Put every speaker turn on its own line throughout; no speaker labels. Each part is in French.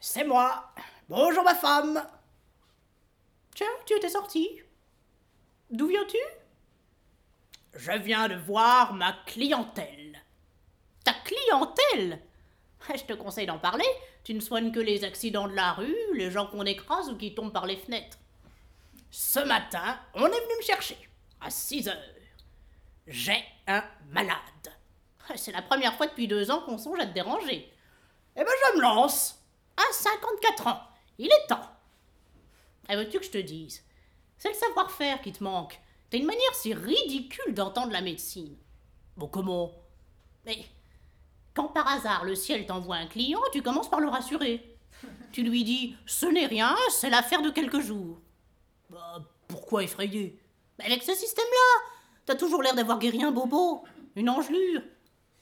C'est moi. Bonjour ma femme. Tiens, tu étais sortie. D'où viens-tu Je viens de voir ma clientèle. Ta clientèle Je te conseille d'en parler. Tu ne soignes que les accidents de la rue, les gens qu'on écrase ou qui tombent par les fenêtres. Ce matin, on est venu me chercher. À 6 heures. J'ai un malade. C'est la première fois depuis deux ans qu'on songe à te déranger. Eh ben, je me lance. À 54 ans. Il est temps. Et veux-tu que je te dise C'est le savoir-faire qui te manque. T'as une manière si ridicule d'entendre la médecine. Bon, comment Mais quand par hasard le ciel t'envoie un client, tu commences par le rassurer. Tu lui dis Ce n'est rien, c'est l'affaire de quelques jours. Bah, pourquoi effrayer Mais Avec ce système-là, t'as toujours l'air d'avoir guéri un bobo, une engelure.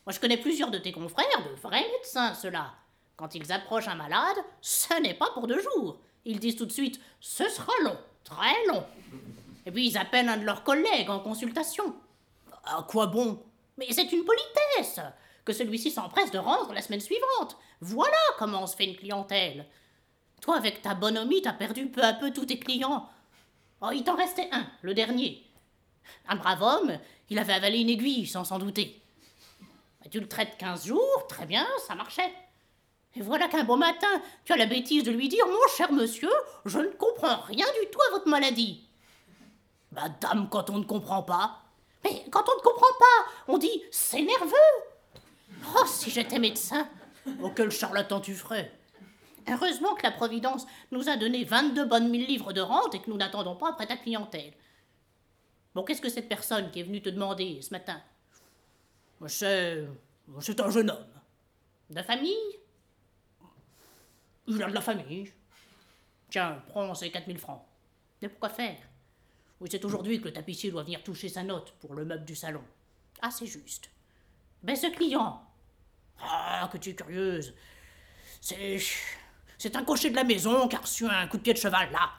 Moi, je connais plusieurs de tes confrères, de vrais médecins, ceux-là. Quand ils approchent un malade, ce n'est pas pour deux jours. Ils disent tout de suite Ce sera long, très long. Et puis ils appellent un de leurs collègues en consultation. À quoi bon Mais c'est une politesse que celui-ci s'empresse de rendre la semaine suivante. Voilà comment on se fait une clientèle. Toi, avec ta bonhomie, t'as perdu peu à peu tous tes clients. Oh, il t'en restait un, le dernier. Un brave homme, il avait avalé une aiguille sans s'en douter. Bah, Tu le traites 15 jours, très bien, ça marchait. Et voilà qu'un beau matin, tu as la bêtise de lui dire Mon cher monsieur, je ne comprends rien du tout à votre maladie. Madame, quand on ne comprend pas. Mais quand on ne comprend pas, on dit C'est nerveux. Oh, si j'étais médecin Oh, quel charlatan tu ferais Heureusement que la Providence nous a donné 22 bonnes mille livres de rente et que nous n'attendons pas après ta clientèle. Bon, qu'est-ce que cette personne qui est venue te demander ce matin C'est. C'est un jeune homme. De famille il a de la famille. Tiens, prends ces 4000 francs. Mais pourquoi faire Oui, c'est aujourd'hui que le tapissier doit venir toucher sa note pour le meuble du salon. Ah, c'est juste. Mais ce client. Ah, que tu es curieuse. C'est. C'est un cocher de la maison qui a reçu un coup de pied de cheval, là.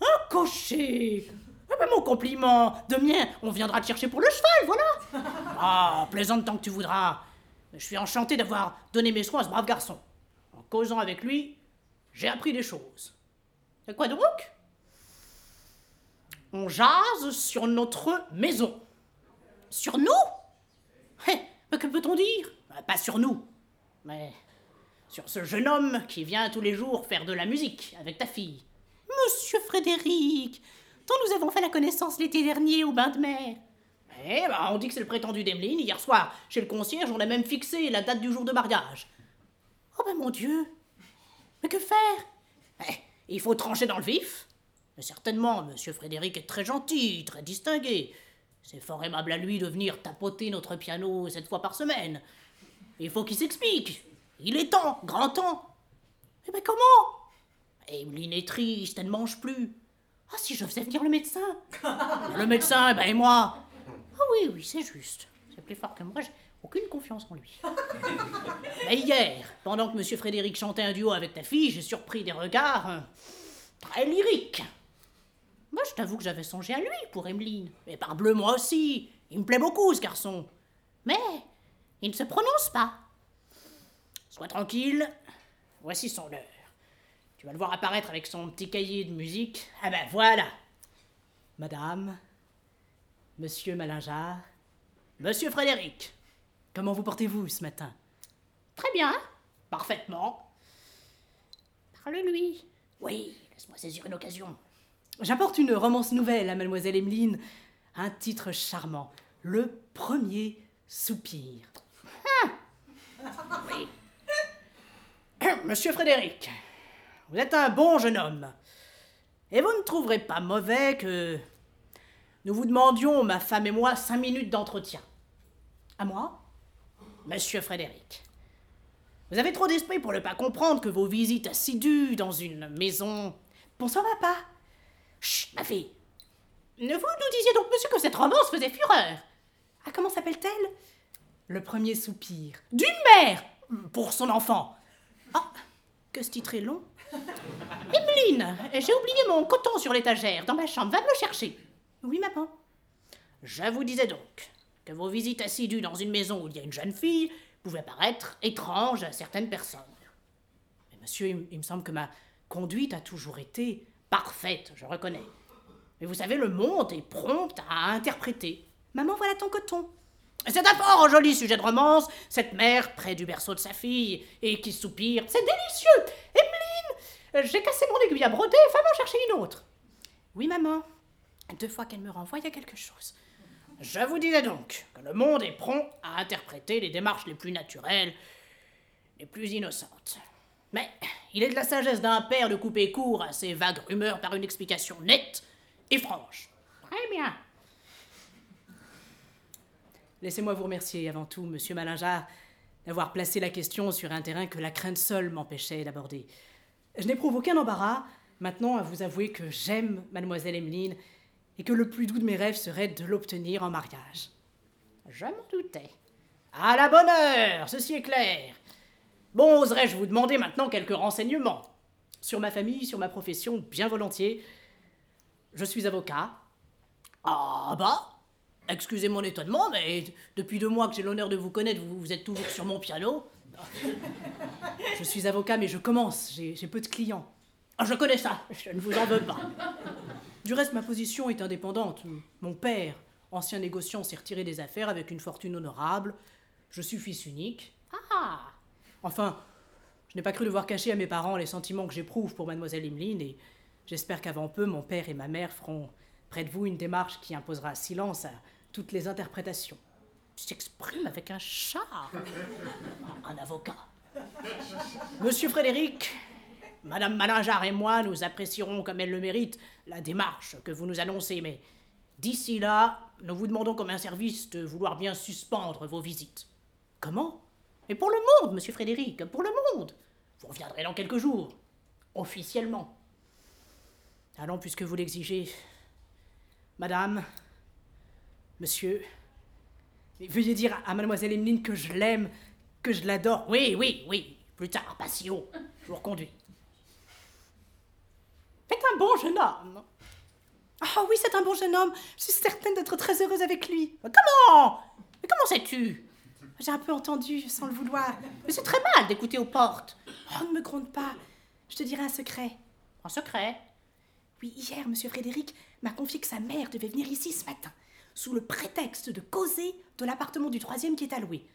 Un cocher Ah, ben mon compliment Demain, on viendra te chercher pour le cheval, voilà Ah, plaisante tant que tu voudras. Je suis enchanté d'avoir donné mes soins à ce brave garçon. En causant avec lui, j'ai appris des choses. Et quoi donc On jase sur notre maison. Sur nous Hé, mais que peut-on dire Bah, Pas sur nous, mais sur ce jeune homme qui vient tous les jours faire de la musique avec ta fille. Monsieur Frédéric, dont nous avons fait la connaissance l'été dernier au bain de mer. Eh ben, on dit que c'est le prétendu d'Emeline. Hier soir, chez le concierge, on a même fixé la date du jour de mariage. Oh ben mon Dieu, mais que faire Eh, Il faut trancher dans le vif. Mais certainement, Monsieur Frédéric est très gentil, très distingué. C'est fort aimable à lui de venir tapoter notre piano sept fois par semaine. Il faut qu'il s'explique. Il est temps, grand temps. Eh ben comment Emeline est triste, elle ne mange plus. Ah, si je faisais venir le médecin Le médecin, eh ben et moi Ah oui, oui, c'est juste. C'est plus fort que moi, j'ai aucune confiance en lui. Mais hier, pendant que Monsieur Frédéric chantait un duo avec ta fille, j'ai surpris des regards euh, très lyriques. Moi, je t'avoue que j'avais songé à lui pour Emeline. Mais parbleu, moi aussi. Il me plaît beaucoup, ce garçon. Mais il ne se prononce pas. Sois tranquille. Voici son heure. Tu vas le voir apparaître avec son petit cahier de musique. Ah ben voilà. Madame, Monsieur Malingear, Monsieur Frédéric, comment vous portez-vous ce matin Très bien. Parfaitement. Parle-lui. Oui, laisse-moi saisir une occasion.
J'apporte une romance nouvelle à mademoiselle Emmeline, un titre charmant, Le premier soupir.
Hein? Monsieur Frédéric, vous êtes un bon jeune homme. Et vous ne trouverez pas mauvais que nous vous demandions, ma femme et moi, cinq minutes d'entretien.
À moi
Monsieur Frédéric, vous avez trop d'esprit pour ne pas comprendre que vos visites assidues dans une maison.
Bonsoir papa.
Chut, ma fille Ne vous nous disiez donc, monsieur, que cette romance faisait fureur
Ah comment s'appelle-t-elle Le premier soupir.
D'une mère Pour son enfant Ah Que ce titre est long Emeline J'ai oublié mon coton sur l'étagère, dans ma chambre, va me le chercher
Oui maman.
Je vous disais donc que vos visites assidues dans une maison où il y a une jeune fille pouvaient paraître étranges à certaines personnes. Mais
Monsieur, il, il me semble que ma conduite a toujours été
Parfaite, je reconnais. Mais vous savez, le monde est prompt à interpréter.
Maman, voilà ton coton.
C'est un fort joli sujet de romance, cette mère près du berceau de sa fille, et qui soupire. C'est délicieux Emeline euh, J'ai cassé mon aiguille à broder, va m'en chercher une autre.
Oui, maman.
Deux fois qu'elle me renvoie, il y a quelque chose. Je vous disais donc que le monde est prompt à interpréter les démarches les plus naturelles, les plus innocentes. Mais il est de la sagesse d'un père de couper court à ces vagues rumeurs par une explication nette et franche. Très bien.
Laissez-moi vous remercier avant tout, monsieur Malingear, d'avoir placé la question sur un terrain que la crainte seule m'empêchait d'aborder. Je n'éprouve aucun embarras maintenant à vous avouer que j'aime mademoiselle Emmeline et que le plus doux de mes rêves serait de l'obtenir en mariage.
Je m'en doutais. À la bonne heure, ceci est clair. Bon, oserais-je vous demander maintenant quelques renseignements
Sur ma famille, sur ma profession, bien volontiers. Je suis avocat.
Ah bah Excusez mon étonnement, mais depuis deux mois que j'ai l'honneur de vous connaître, vous, vous êtes toujours sur mon piano.
Je suis avocat, mais je commence. J'ai j'ai peu de clients.
Ah, je connais ça, je ne vous en veux pas.
Du reste, ma position est indépendante. Mon père, ancien négociant, s'est retiré des affaires avec une fortune honorable. Je suis fils unique.
Ah
Enfin, je n'ai pas cru devoir cacher à mes parents les sentiments que j'éprouve pour mademoiselle Emeline et j'espère qu'avant peu, mon père et ma mère feront près de vous une démarche qui imposera silence à toutes les interprétations.
Tu t'exprimes avec un chat Un avocat.
Monsieur Frédéric,
Madame Malingear et moi, nous apprécierons comme elle le mérite la démarche que vous nous annoncez, mais d'ici là, nous vous demandons comme un service de vouloir bien suspendre vos visites.
comment
Mais pour le monde, monsieur Frédéric, pour le monde Vous reviendrez dans quelques jours, officiellement.
Allons, puisque vous l'exigez. Madame, monsieur, veuillez dire à mademoiselle Emeline que je l'aime, que je l'adore.
Oui, oui, oui, plus tard, pas si haut, je vous reconduis.
C'est un bon jeune homme. Ah oui, c'est un bon jeune homme. Je suis certaine d'être très heureuse avec lui.
Mais comment Mais comment sais-tu
J'ai un peu entendu, sans le vouloir.
Mais c'est très mal d'écouter aux portes.
Oh, ne me gronde pas. Je te dirai un secret.
En secret
Oui, hier, monsieur Frédéric m'a confié que sa mère devait venir ici ce matin, sous le prétexte de causer de l'appartement du troisième qui est alloué.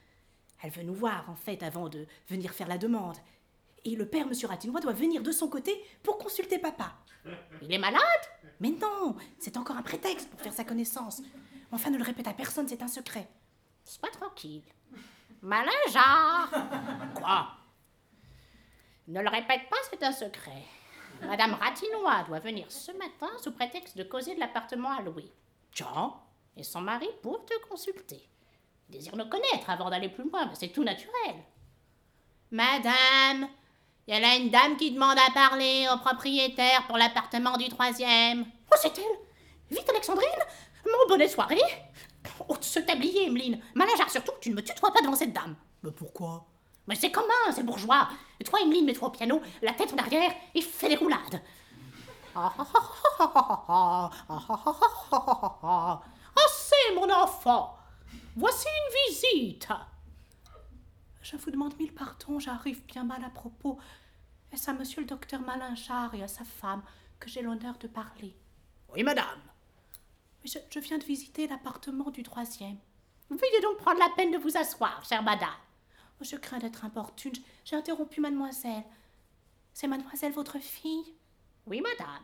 Elle veut nous voir, en fait, avant de venir faire la demande. Et le père, monsieur Ratinois, doit venir de son côté pour consulter papa.
Il est malade
Mais non, c'est encore un prétexte pour faire sa connaissance. Enfin, ne le répète à personne, c'est un secret.
Sois tranquille. Malingear
Quoi
Ne le répète pas, c'est un secret. Madame Ratinois doit venir ce matin sous prétexte de causer de l'appartement à louer.
Tiens
Et son mari pour te consulter. Il désire nous connaître avant d'aller plus loin, mais c'est tout naturel. Madame, il y a là une dame qui demande à parler au propriétaire pour l'appartement du troisième.
Oh, c'est elle Vite, Alexandrine
Mon bonnet de soirée Oh, ce tablier, Emeline Malingear, surtout, tu ne me tutoies pas devant cette dame
Mais pourquoi
Mais c'est commun, c'est bourgeois Et toi, Emeline, mets-toi au piano, la tête en arrière, et fais des roulades Ah ah ah ah ah ah ah ah ah ah ah ah ah c'est mon enfant Voici une visite
Je vous demande mille pardons, j'arrive bien mal à propos. Est-ce à monsieur le docteur Malinchard et à sa femme que j'ai l'honneur de parler
Oui, madame
Mais je, je viens de visiter l'appartement du troisième.
Veuillez donc prendre la peine de vous asseoir, chère madame.
Oh, Je crains d'être importune, j- j'ai interrompu mademoiselle. C'est mademoiselle votre fille
Oui, madame.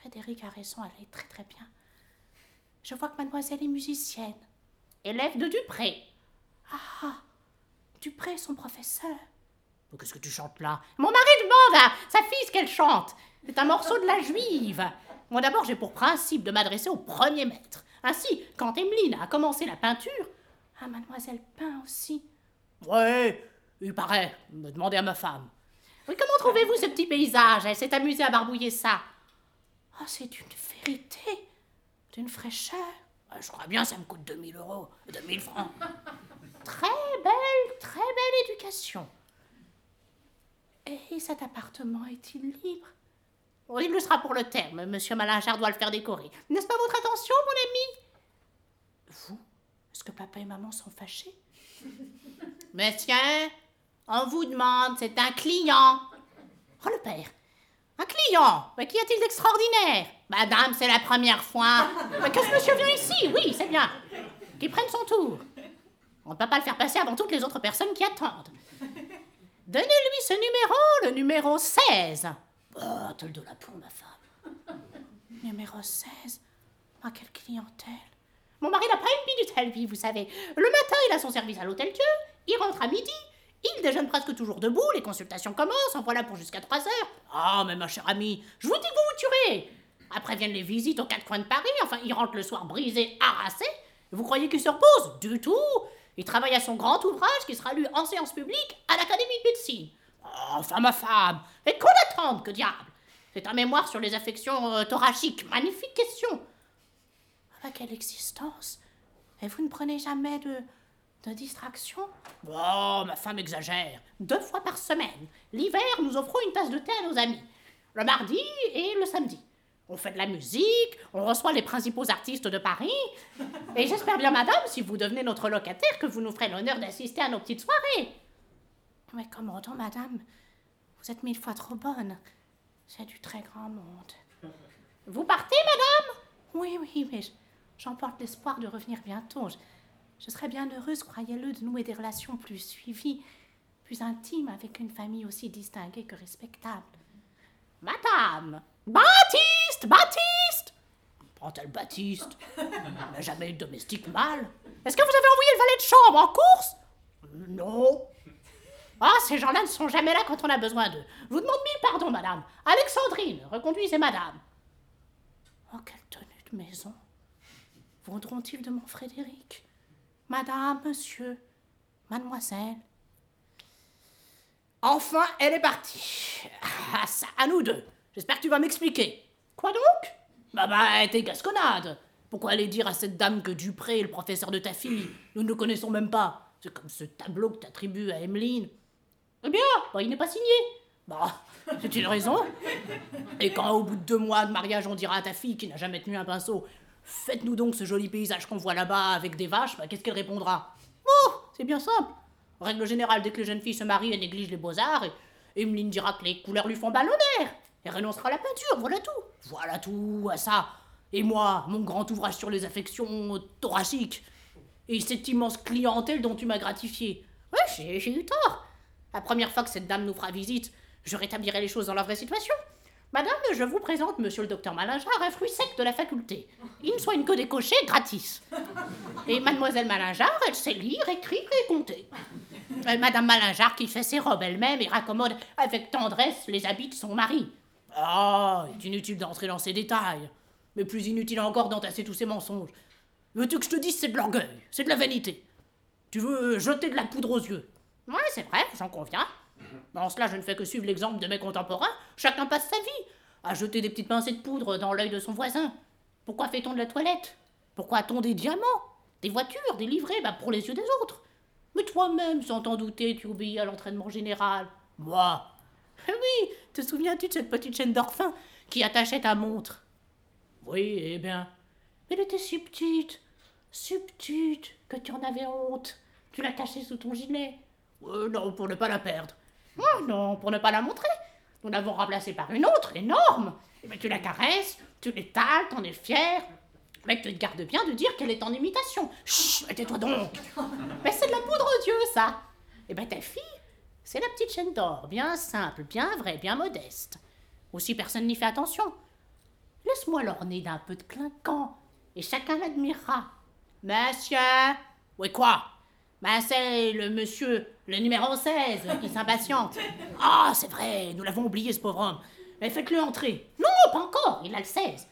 Frédéric a raison, elle est très très bien. Je vois que mademoiselle est musicienne.
Élève de Dupré.
Ah Dupré est son professeur.
Mais Qu'est-ce que tu chantes là Mon mari demande à sa fille ce qu'elle chante. C'est un morceau de la juive. Moi d'abord, j'ai pour principe de m'adresser au premier maître. Ainsi, quand Emeline a commencé la peinture,
Ah, mademoiselle Pain aussi.
ouais, il paraît, me demander à ma femme. Oui, comment trouvez-vous ce petit paysage Elle s'est amusée à barbouiller ça. Ah,
Oh, c'est d'une vérité, d'une fraîcheur.
Euh, Je crois bien que ça me coûte 2000 euros, 2000 francs. Très belle, très belle éducation.
Et cet appartement est-il libre
On Oh, le sera pour le terme. Monsieur Malinchard doit le faire décorer. N'est-ce pas votre attention, mon ami
Vous Est-ce que papa et maman sont fâchés
Messieurs, On vous demande, c'est un client. Oh le père. Un client Mais qu'y a-t-il d'extraordinaire Madame, c'est la première fois. Mais que ce monsieur vient ici, oui, c'est bien. Qu'il prenne son tour. On ne peut pas le faire passer avant toutes les autres personnes qui attendent. Donnez-lui ce numéro, le numéro 16. Oh, te le de la pour ma femme. Numéro 16 Ah, quelle clientèle Mon mari n'a pas une minute à lui, vous savez. Le matin, il a son service à l'hôtel Dieu, il rentre à midi, il déjeune presque toujours debout, les consultations commencent, en voilà pour jusqu'à 3 heures. Ah, mais ma chère amie, je vous dis que vous vous tuerez Après viennent les visites aux quatre coins de Paris, enfin, il rentre le soir brisé, harassé. Vous croyez qu'il se repose Du tout Il travaille à son grand ouvrage qui sera lu en séance publique à l'Académie de médecine. Oh, enfin, ma femme Et qu'on attende, que diable C'est un mémoire sur les affections euh, thoraciques. Magnifique question Ah, bah, quelle existence Et vous ne prenez jamais de. de distraction Oh, ma femme exagère Deux fois par semaine. L'hiver, nous offrons une tasse de thé à nos amis. Le mardi et le samedi. On fait de la musique, on reçoit les principaux artistes de Paris. Et j'espère bien, madame, si vous devenez notre locataire, que vous nous ferez l'honneur d'assister à nos petites soirées. Mais comment donc, madame Vous êtes mille fois trop bonne. C'est du très grand monde. Vous partez, madame Oui, oui, mais je- j'emporte l'espoir de revenir bientôt. Je, je serais bien heureuse, croyez-le, de nouer des relations plus suivies, plus intimes avec une famille aussi distinguée que respectable. Madame Baptiste Baptiste Prend-elle Baptiste On n'a jamais eu de domestique mâle. Est-ce que vous avez envoyé le valet de chambre en course Euh, Non. Ah, ces gens-là ne sont jamais là quand on a besoin d'eux. Je vous demande mille pardons, madame. Alexandrine, reconduisez madame. Oh, quelle tenue de maison. Vaudront-ils de mon Frédéric Madame, monsieur, mademoiselle. Enfin, elle est partie. Ah, ça, à nous deux. J'espère que tu vas m'expliquer. Quoi donc Bah bah, t'es gasconnade. Pourquoi aller dire à cette dame que Dupré est le professeur de ta fille Nous ne le connaissons même pas. C'est comme ce tableau que t'attribues à Emmeline. Eh bien, bah, il n'est pas signé. Bah, c'est une raison. Et quand au bout de deux mois de mariage, on dira à ta fille qui n'a jamais tenu un pinceau Faites-nous donc ce joli paysage qu'on voit là-bas avec des vaches, bah, qu'est-ce qu'elle répondra Oh, c'est bien simple. En règle générale, dès que les jeunes filles se marient, elles négligent les beaux-arts et Emeline dira que les couleurs lui font mal au nerf. Elle renoncera à la peinture, voilà tout. Voilà tout à ça. Et moi, mon grand ouvrage sur les affections thoraciques. Et cette immense clientèle dont tu m'as gratifié. Ouais, j'ai j'ai eu tort. La première fois que cette dame nous fera visite, je rétablirai les choses dans leur vraie situation. Madame, je vous présente monsieur le docteur Malingear, un fruit sec de la faculté. Il ne soigne que des cochers gratis. Et mademoiselle Malingear, elle sait lire, écrire et compter. Et madame Malingear qui fait ses robes elle-même et raccommode avec tendresse les habits de son mari. Ah, il est inutile d'entrer dans ces détails. Mais plus inutile encore d'entasser tous ces mensonges. Veux-tu que je te dise, c'est de l'orgueil, c'est de la vanité. Tu veux euh, jeter de la poudre aux yeux. Ouais, c'est vrai, j'en conviens. Mais En cela, je ne fais que suivre l'exemple de mes contemporains. Chacun passe sa vie à jeter des petites pincées de poudre dans l'œil de son voisin. Pourquoi fait-on de la toilette Pourquoi a-t-on des diamants Des voitures, des livrets, bah, pour les yeux des autres. Mais toi-même, sans t'en douter, tu obéis à l'entraînement général. Moi Eh Oui, te souviens-tu de cette petite chaîne d'orphin qui attachait ta montre Oui, eh bien. Elle était si petite, si petite, que tu en avais honte. Tu l'as cachée sous ton gilet. Euh, non, pour ne pas la perdre. Oh non, pour ne pas la montrer. Nous l'avons remplacée par une autre, énorme. Mais tu la caresses, tu l'étales, t'en es fier. Mais tu te gardes bien de dire qu'elle est en imitation. Chut, mais tais-toi donc. Mais c'est de la poudre aux yeux, ça. Eh ben ta fille, c'est la petite chaîne d'or, bien simple, bien vraie, bien modeste. Aussi personne n'y fait attention. Laisse-moi l'orner d'un peu de clinquant, et chacun l'admirera. Monsieur Oui, quoi Ben, c'est le monsieur, le numéro 16, qui s'impatiente. Ah, c'est vrai, nous l'avons oublié, ce pauvre homme. Mais faites-le entrer. Non, pas encore, il a le 16.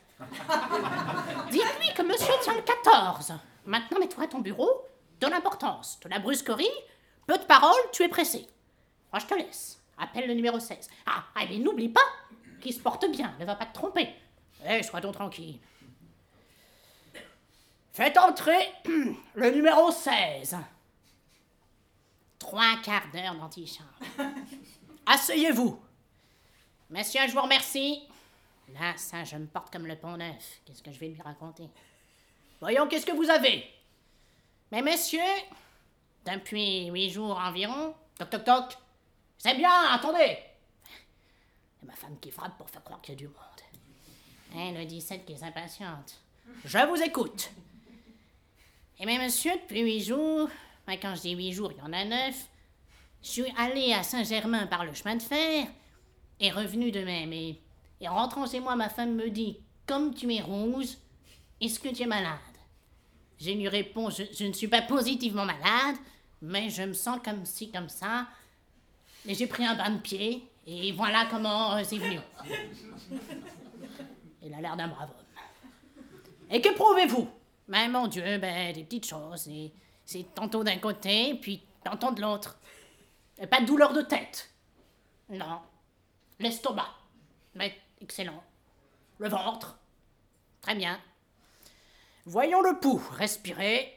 Dites-lui que monsieur tient le 14. Maintenant, mets-toi à ton bureau, de l'importance, de la brusquerie, peu de paroles, tu es pressé. Moi, je te laisse. Appelle le numéro 16. Ah, ah, mais n'oublie pas qu'il se porte bien, ne va pas te tromper. Eh, sois donc tranquille. Faites entrer le numéro 16. Trois quarts d'heure d'antichambre. Asseyez-vous. Monsieur, je vous remercie. Là, ça, je me porte comme le pont neuf. Qu'est-ce que je vais lui raconter Voyons, qu'est-ce que vous avez Mais monsieur, depuis huit jours environ, toc toc toc, C'est bien, attendez C'est ma femme qui frappe pour faire croire qu'il y a du monde. Et le 17 qui s'impatiente. Je vous écoute. Eh bien, monsieur, depuis huit jours, ben, quand je dis huit jours, il y en a neuf, je suis allé à Saint-Germain par le chemin de fer et revenu de même. Et, et rentrant chez moi, ma femme me dit Comme tu es rouge, est-ce que tu es malade Je lui réponds je, je ne suis pas positivement malade, mais je me sens comme ci, comme ça. Et j'ai pris un bain de pied, et voilà comment euh, c'est venu. Il a l'air d'un brave homme.
Et que prouvez-vous
Mais mon Dieu, ben, des petites choses. et C'est tantôt d'un côté, puis tantôt de l'autre. Et pas de douleur de tête. Non. L'estomac. Mais excellent. Le ventre. Très bien.
Voyons le pouls.
Respirez.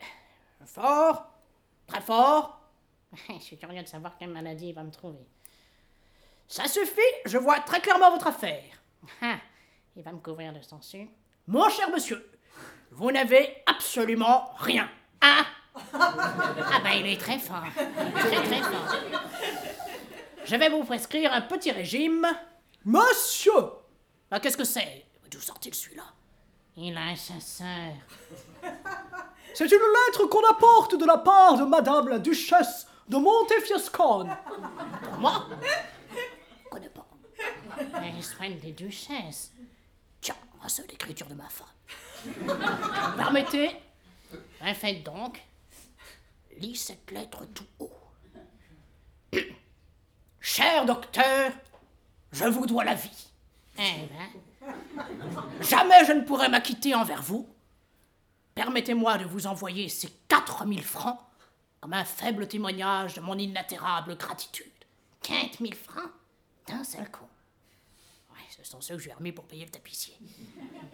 Fort,
Très fort. Je suis curieux de savoir quelle maladie il va me trouver.
ça suffit, je vois très clairement votre affaire.
Ah, il va me couvrir de censure.
Mon cher monsieur, vous n'avez absolument rien.
Ah Ah ben il est très fort. Très très fort. Je vais vous prescrire un petit régime.
Monsieur
Ah, qu'est-ce que c'est D'où sort-il celui-là Il a un chasseur.
C'est une lettre qu'on apporte de la part de Madame la Duchesse de Montefiascone.
Moi Je connais pas. Elle soigne des duchesses. Tiens, un seul l'écriture de ma femme. Permettez Ben, faites donc. Lis cette lettre tout haut. Cher docteur, je vous dois la vie. Eh ben. Jamais je ne pourrai m'acquitter envers vous. Permettez-moi de vous envoyer ces 4000 francs comme un faible témoignage de mon inaltérable gratitude. 4000 francs D'un seul coup Ouais, ce sont ceux que je lui ai remis pour payer le tapissier.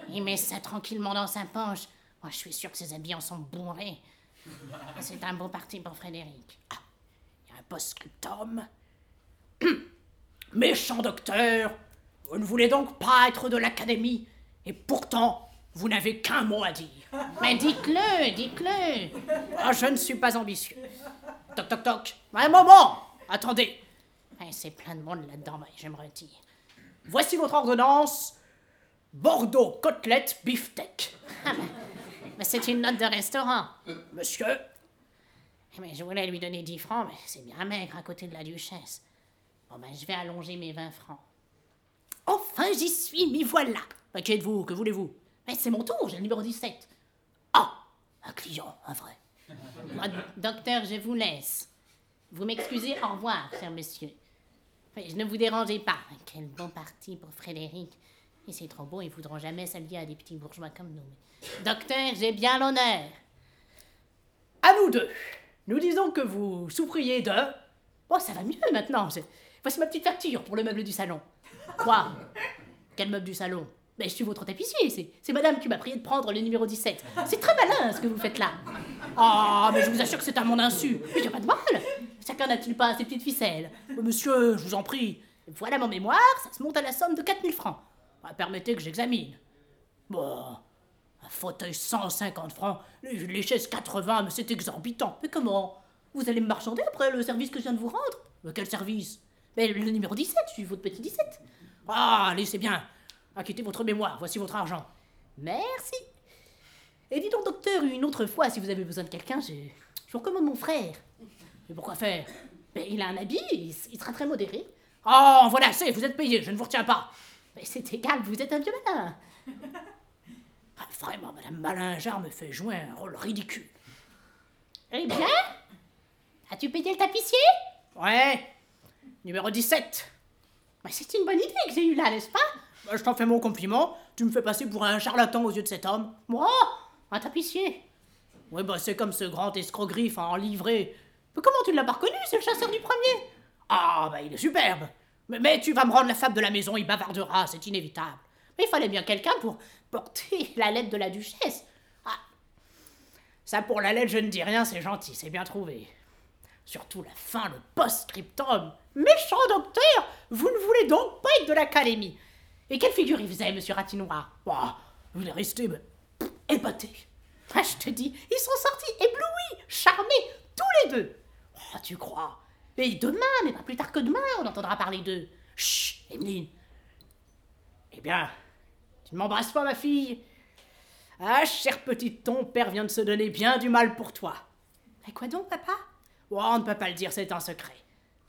Il met ça tranquillement dans sa poche. Moi, je suis sûr que ses habits en sont bourrés. C'est un beau parti pour Frédéric. Ah, il y a un post-scriptum.
Méchant docteur, vous ne voulez donc pas être de l'académie, et pourtant, vous n'avez qu'un mot à dire.
Mais dites-le, dites-le
Ah, je ne suis pas ambitieux. Toc toc toc. Un moment Attendez, Eh,
Ouais, C'est plein de monde là-dedans, mais je me retire.
voici votre ordonnance. Bordeaux, côtelette, beefsteak. Euh,
Mais c'est une note de restaurant. Eh,
Monsieur,
Mais je voulais lui donner 10 francs, mais c'est bien maigre à côté de la duchesse. Bon ben, je vais allonger mes 20 francs. Enfin, j'y suis, m'y voilà
bah, qui êtes-vous Que voulez-vous
Mais Ben, c'est mon tour, j'ai le numéro 17. Ah Un client, un vrai. Bon, docteur, je vous laisse. Vous m'excusez, au revoir, cher monsieur. Mais je ne vous dérangez pas. Quel bon parti pour Frédéric. Et c'est trop beau, ils voudront jamais s'allier à des petits bourgeois comme nous. Docteur, j'ai bien l'honneur.
À nous deux. Nous disons que vous souffriez de.
Oh, ça va mieux maintenant. je- Voici ma petite facture pour le meuble du salon. Quoi Quel meuble du salon Mais je suis votre tapissier. c'est- C'est madame qui m'a prié de prendre le numéro 17. C'est très malin ce que vous faites là.
Ah, mais je vous assure que c'est à mon insu.
Mais y a pas de mal. Chacun n'a-t-il pas ses petites ficelles Oh,
Monsieur, je vous en prie.
Voilà mon mémoire, ça se monte à la somme de 4000 francs.
Ah, Permettez que j'examine. Bon, un fauteuil 150 francs, les, les chaises 80, mais c'est exorbitant. Mais comment
Vous allez me marchander après le service que je viens de vous rendre
Mais quel service
Mais le numéro 17, je suis votre petit 17.
Ah, allez, c'est bien. Acquittez votre mémoire, voici votre argent.
Merci. Et dis donc, docteur, une autre fois, si vous avez besoin de quelqu'un, je, je vous recommande mon frère.
Mais pourquoi faire
Mais il a un habit, il, s- il sera très modéré. Oh,
Ah, voilà, c'est, vous êtes payé, je ne vous retiens pas.
Mais c'est égal, vous êtes un vieux malin.
Ah, vraiment, Madame Malingear me fait jouer un rôle ridicule.
Eh bien As-tu payé le tapissier
Ouais, numéro 17.
Mais Bah, C'est une bonne idée que j'ai eue là, n'est-ce pas
Bah, je t'en fais mon compliment, tu me fais passer pour un charlatan aux yeux de cet homme.
Moi Un tapissier
Ouais, bah c'est comme ce grand escroc griffe en livrée. Mais comment tu ne l'as pas reconnu, c'est le chasseur du premier Ah, bah il est superbe mais, mais tu vas me rendre la femme de la maison, il bavardera, c'est inévitable.
Mais il fallait bien quelqu'un pour porter la lettre de la duchesse.
Ah, Ça pour la lettre, je ne dis rien, c'est gentil, c'est bien trouvé. Surtout la fin, le post-scriptum.
Méchant docteur Vous ne voulez donc pas être de l'académie Et quelle figure il faisait, monsieur Ratinoir
Ouah, il est resté mais, pff, épaté.
Ah, Je te dis, ils sont sortis éblouis, charmés, tous les deux
Oh, tu crois
Mais demain, mais pas plus tard que demain, on entendra parler d'eux. Chut, Emeline. Eh bien, tu ne m'embrasses pas, ma fille.
Ah, cher petit ton, père vient de se donner bien du mal pour toi.
Mais quoi donc, papa
Oh, on ne peut pas le dire, c'est un secret.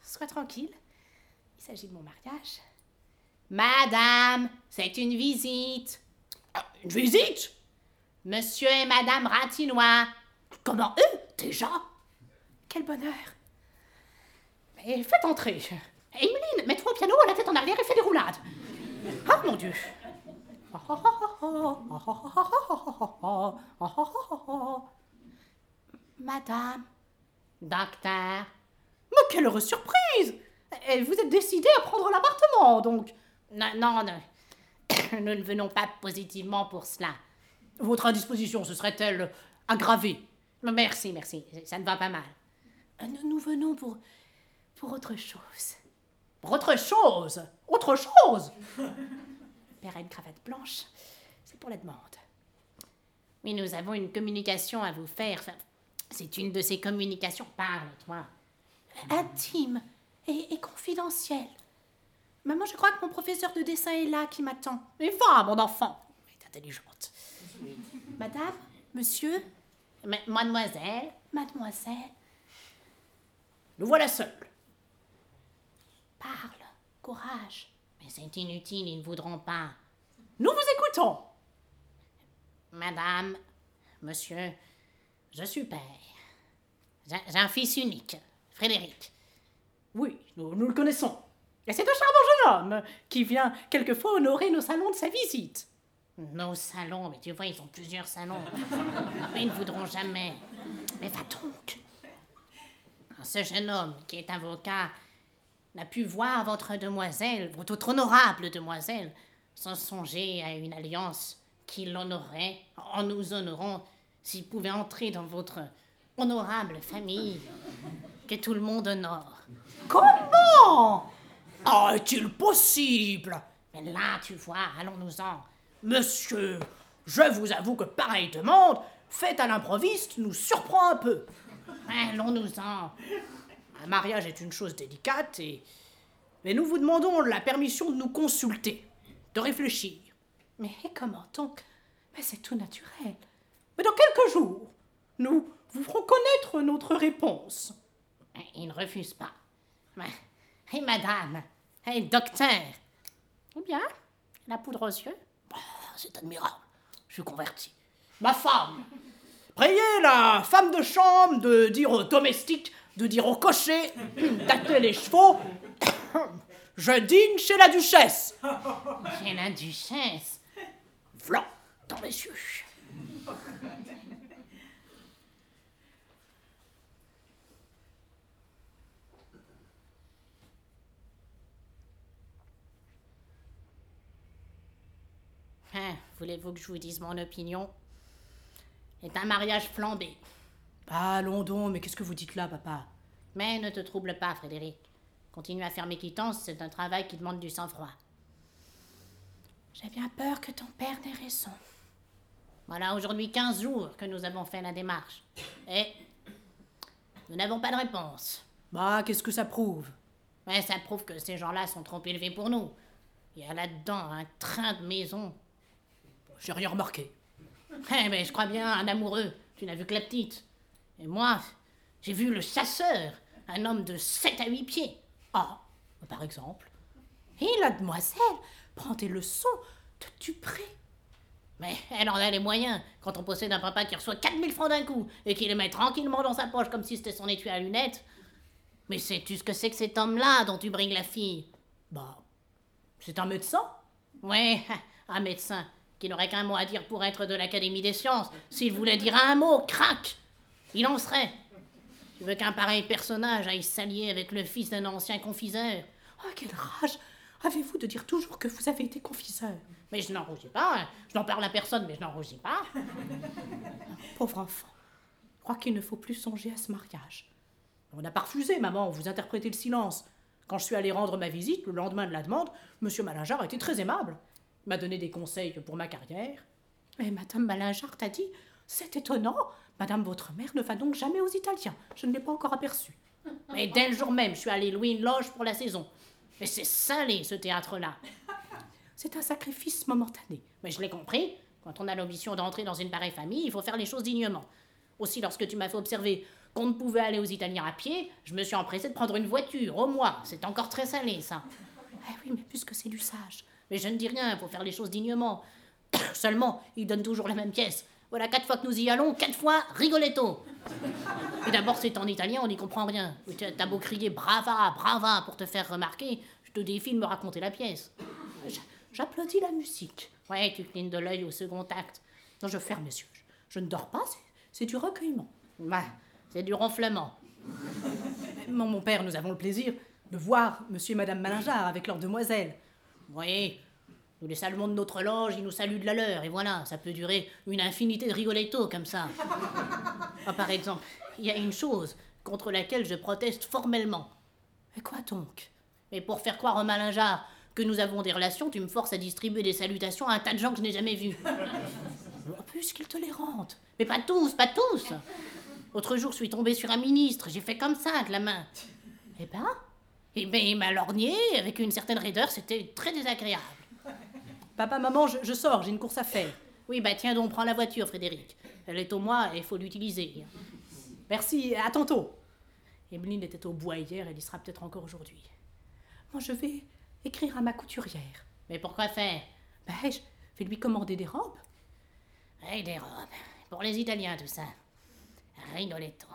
Sois tranquille. Il s'agit de mon mariage. Madame, c'est une visite.
Ah, une visite
Monsieur et Madame Ratinois.
Comment eux, déjà
Quel bonheur.
Mais faites entrer.
Emeline, mets-toi au piano, la tête en arrière et fais des roulades. Oh,
Ah, mon Dieu
Madame. Docteur.
Mais quelle heureuse surprise Et Vous êtes décidé à prendre l'appartement, donc
Non, non, ne- nous ne venons pas positivement pour cela.
Votre indisposition se serait-elle aggravée
Merci, merci, ça ne va pas mal. Euh, Nous, nous venons pour. pour autre chose.
Pour autre chose Autre chose
Père a une cravate blanche, c'est pour la demande. Oui, nous avons une communication à vous faire. Enfin, c'est une de ces communications, parle, toi. Intime et, et confidentielle. Maman, je crois que mon professeur de dessin est là qui m'attend.
Mais va, mon enfant Elle est intelligente.
Madame, monsieur,
Ma- mademoiselle,
mademoiselle,
nous voilà seuls.
parle, courage. Mais c'est inutile, ils ne voudront pas.
Nous vous écoutons.
Madame, monsieur, je suis père. J'ai j'ai un fils unique, Frédéric.
Oui, nous, nous le connaissons. Et c'est un charmant jeune homme qui vient quelquefois honorer nos salons de sa visite.
Nos salons, mais tu vois, ils ont plusieurs salons. Ils ne voudront jamais. Mais va donc Ce jeune homme qui est avocat n'a pu voir votre demoiselle, votre honorable demoiselle, sans songer à une alliance qui l'honorait en nous honorant s'il pouvait entrer dans votre honorable famille que tout le monde honore. Oh,
Comment Ah, est-il possible
Mais là, tu vois, allons-nous-en.
Monsieur, je vous avoue que pareille demande, faite à l'improviste, nous surprend un peu.
Allons-nous-en.
Un mariage est une chose délicate et. Mais nous vous demandons la permission de nous consulter, de réfléchir.
Mais comment donc Mais c'est tout naturel.
Mais dans quelques jours, nous vous ferons connaître notre réponse.
Il ne refuse pas. Mais- Et madame, et docteur. Ou bien, la poudre aux yeux.
Bah, C'est admirable. Je suis converti. Ma femme Priez la femme de chambre de dire au domestique, de dire au cocher, d'atteler les chevaux. Je dîne chez la duchesse.
J'ai la duchesse.
Vlan dans les yeux.
Hein, Voulez-vous que je vous dise mon opinion C'est un mariage flambé.
Allons donc, mais qu'est-ce que vous dites là, papa
Mais ne te trouble pas, Frédéric. Continue à faire mes quittances, c'est un travail qui demande du sang-froid. J'ai bien peur que ton père n'ait raison. Voilà aujourd'hui 15 jours que nous avons fait la démarche. Et nous n'avons pas de réponse.
Bah, qu'est-ce que ça prouve
Mais ça prouve que ces gens-là sont trop élevés pour nous. Il y a là-dedans un train de maison.
J'ai rien remarqué.
Eh mais je crois bien un amoureux. Tu n'as vu que la petite. Et moi, j'ai vu le chasseur, un homme de 7 à 8 pieds.
Ah, par exemple. Et la demoiselle prend des leçons de Dupré.
Mais elle en a les moyens quand on possède un papa qui reçoit 4000 francs d'un coup et qui les met tranquillement dans sa poche comme si c'était son étui à lunettes. Mais sais-tu ce que c'est que cet homme-là dont tu brigues la fille
Bah, c'est un médecin
Ouais, un médecin qui n'aurait qu'un mot à dire pour être de l'Académie des sciences. S'il voulait dire un mot, crac Il en serait. Tu veux qu'un pareil personnage aille s'allier avec le fils d'un ancien confiseur
Ah, quelle rage Avez-vous de dire toujours que vous avez été confiseur
Mais je n'en rougis pas. hein. Je n'en parle à personne, mais je n'en rougis pas.
Pauvre enfant, je crois qu'il ne faut plus songer à ce mariage. On n'a pas refusé, maman, vous interprétez le silence. Quand je suis allée rendre ma visite, le lendemain de la demande, Monsieur Malingear a été très aimable. Il m'a donné des conseils pour ma carrière. Et Madame Malingear t'a dit C'est étonnant, Madame votre mère ne va donc jamais aux Italiens. Je ne l'ai pas encore aperçue.
Mais dès le jour même, je suis allé louer une loge pour la saison. Mais c'est salé, ce théâtre-là.
C'est un sacrifice momentané.
Mais je l'ai compris. Quand on a l'ambition d'entrer dans une pareille famille, il faut faire les choses dignement. Aussi, lorsque tu m'as fait observer qu'on ne pouvait aller aux Italiens à pied, je me suis empressée de prendre une voiture, au moins. C'est encore très salé, ça.
Ah oui, mais puisque c'est l'usage.
Mais je ne dis rien, faut faire les choses dignement. Seulement, ils donnent toujours la même pièce. Voilà quatre fois que nous y allons, quatre fois rigoletto. Et d'abord, c'est en italien, on n'y comprend rien. Mais t'as- T'as beau crier brava, brava pour te faire remarquer, je te défie de me raconter la pièce.
J- J'applaudis la musique.
Ouais, tu clignes de l'œil au second acte.
Non, je ferme les yeux. Je ne dors pas, c'est- c'est du recueillement.
Ouais, c'est du ronflement.
Mon, mon père, nous avons le plaisir de voir monsieur et madame Malingear avec leurs demoiselles.
Oui, nous les saluons de notre loge, ils nous saluent de la leur, et voilà, ça peut durer une infinité de rigoletto comme ça. Ah, par exemple, il y a une chose contre laquelle je proteste formellement.
Mais quoi donc
Mais pour faire croire au Malingear que nous avons des relations, tu me forces à distribuer des salutations à un tas de gens que je n'ai jamais vus.
En plus qu'ils te les rendent.
Mais pas tous, pas tous Autre jour, je suis tombée sur un ministre, j'ai fait comme ça avec la main.
Eh ben,
Et ben, il m'a lorgné avec une certaine raideur, c'était très désagréable.
papa, maman, je, je sors, j'ai une course à faire.
Oui, bah tiens donc, prends la voiture, Frédéric. Elle est au moi et il faut l'utiliser.
Merci, à tantôt.
Emeline était au bois hier, elle y sera peut-être encore aujourd'hui.
Moi, je vais écrire à ma couturière.
Mais pourquoi faire
Ben, je vais lui commander des robes.
Eh, des robes. Pour les Italiens, tout ça. Rigoletto.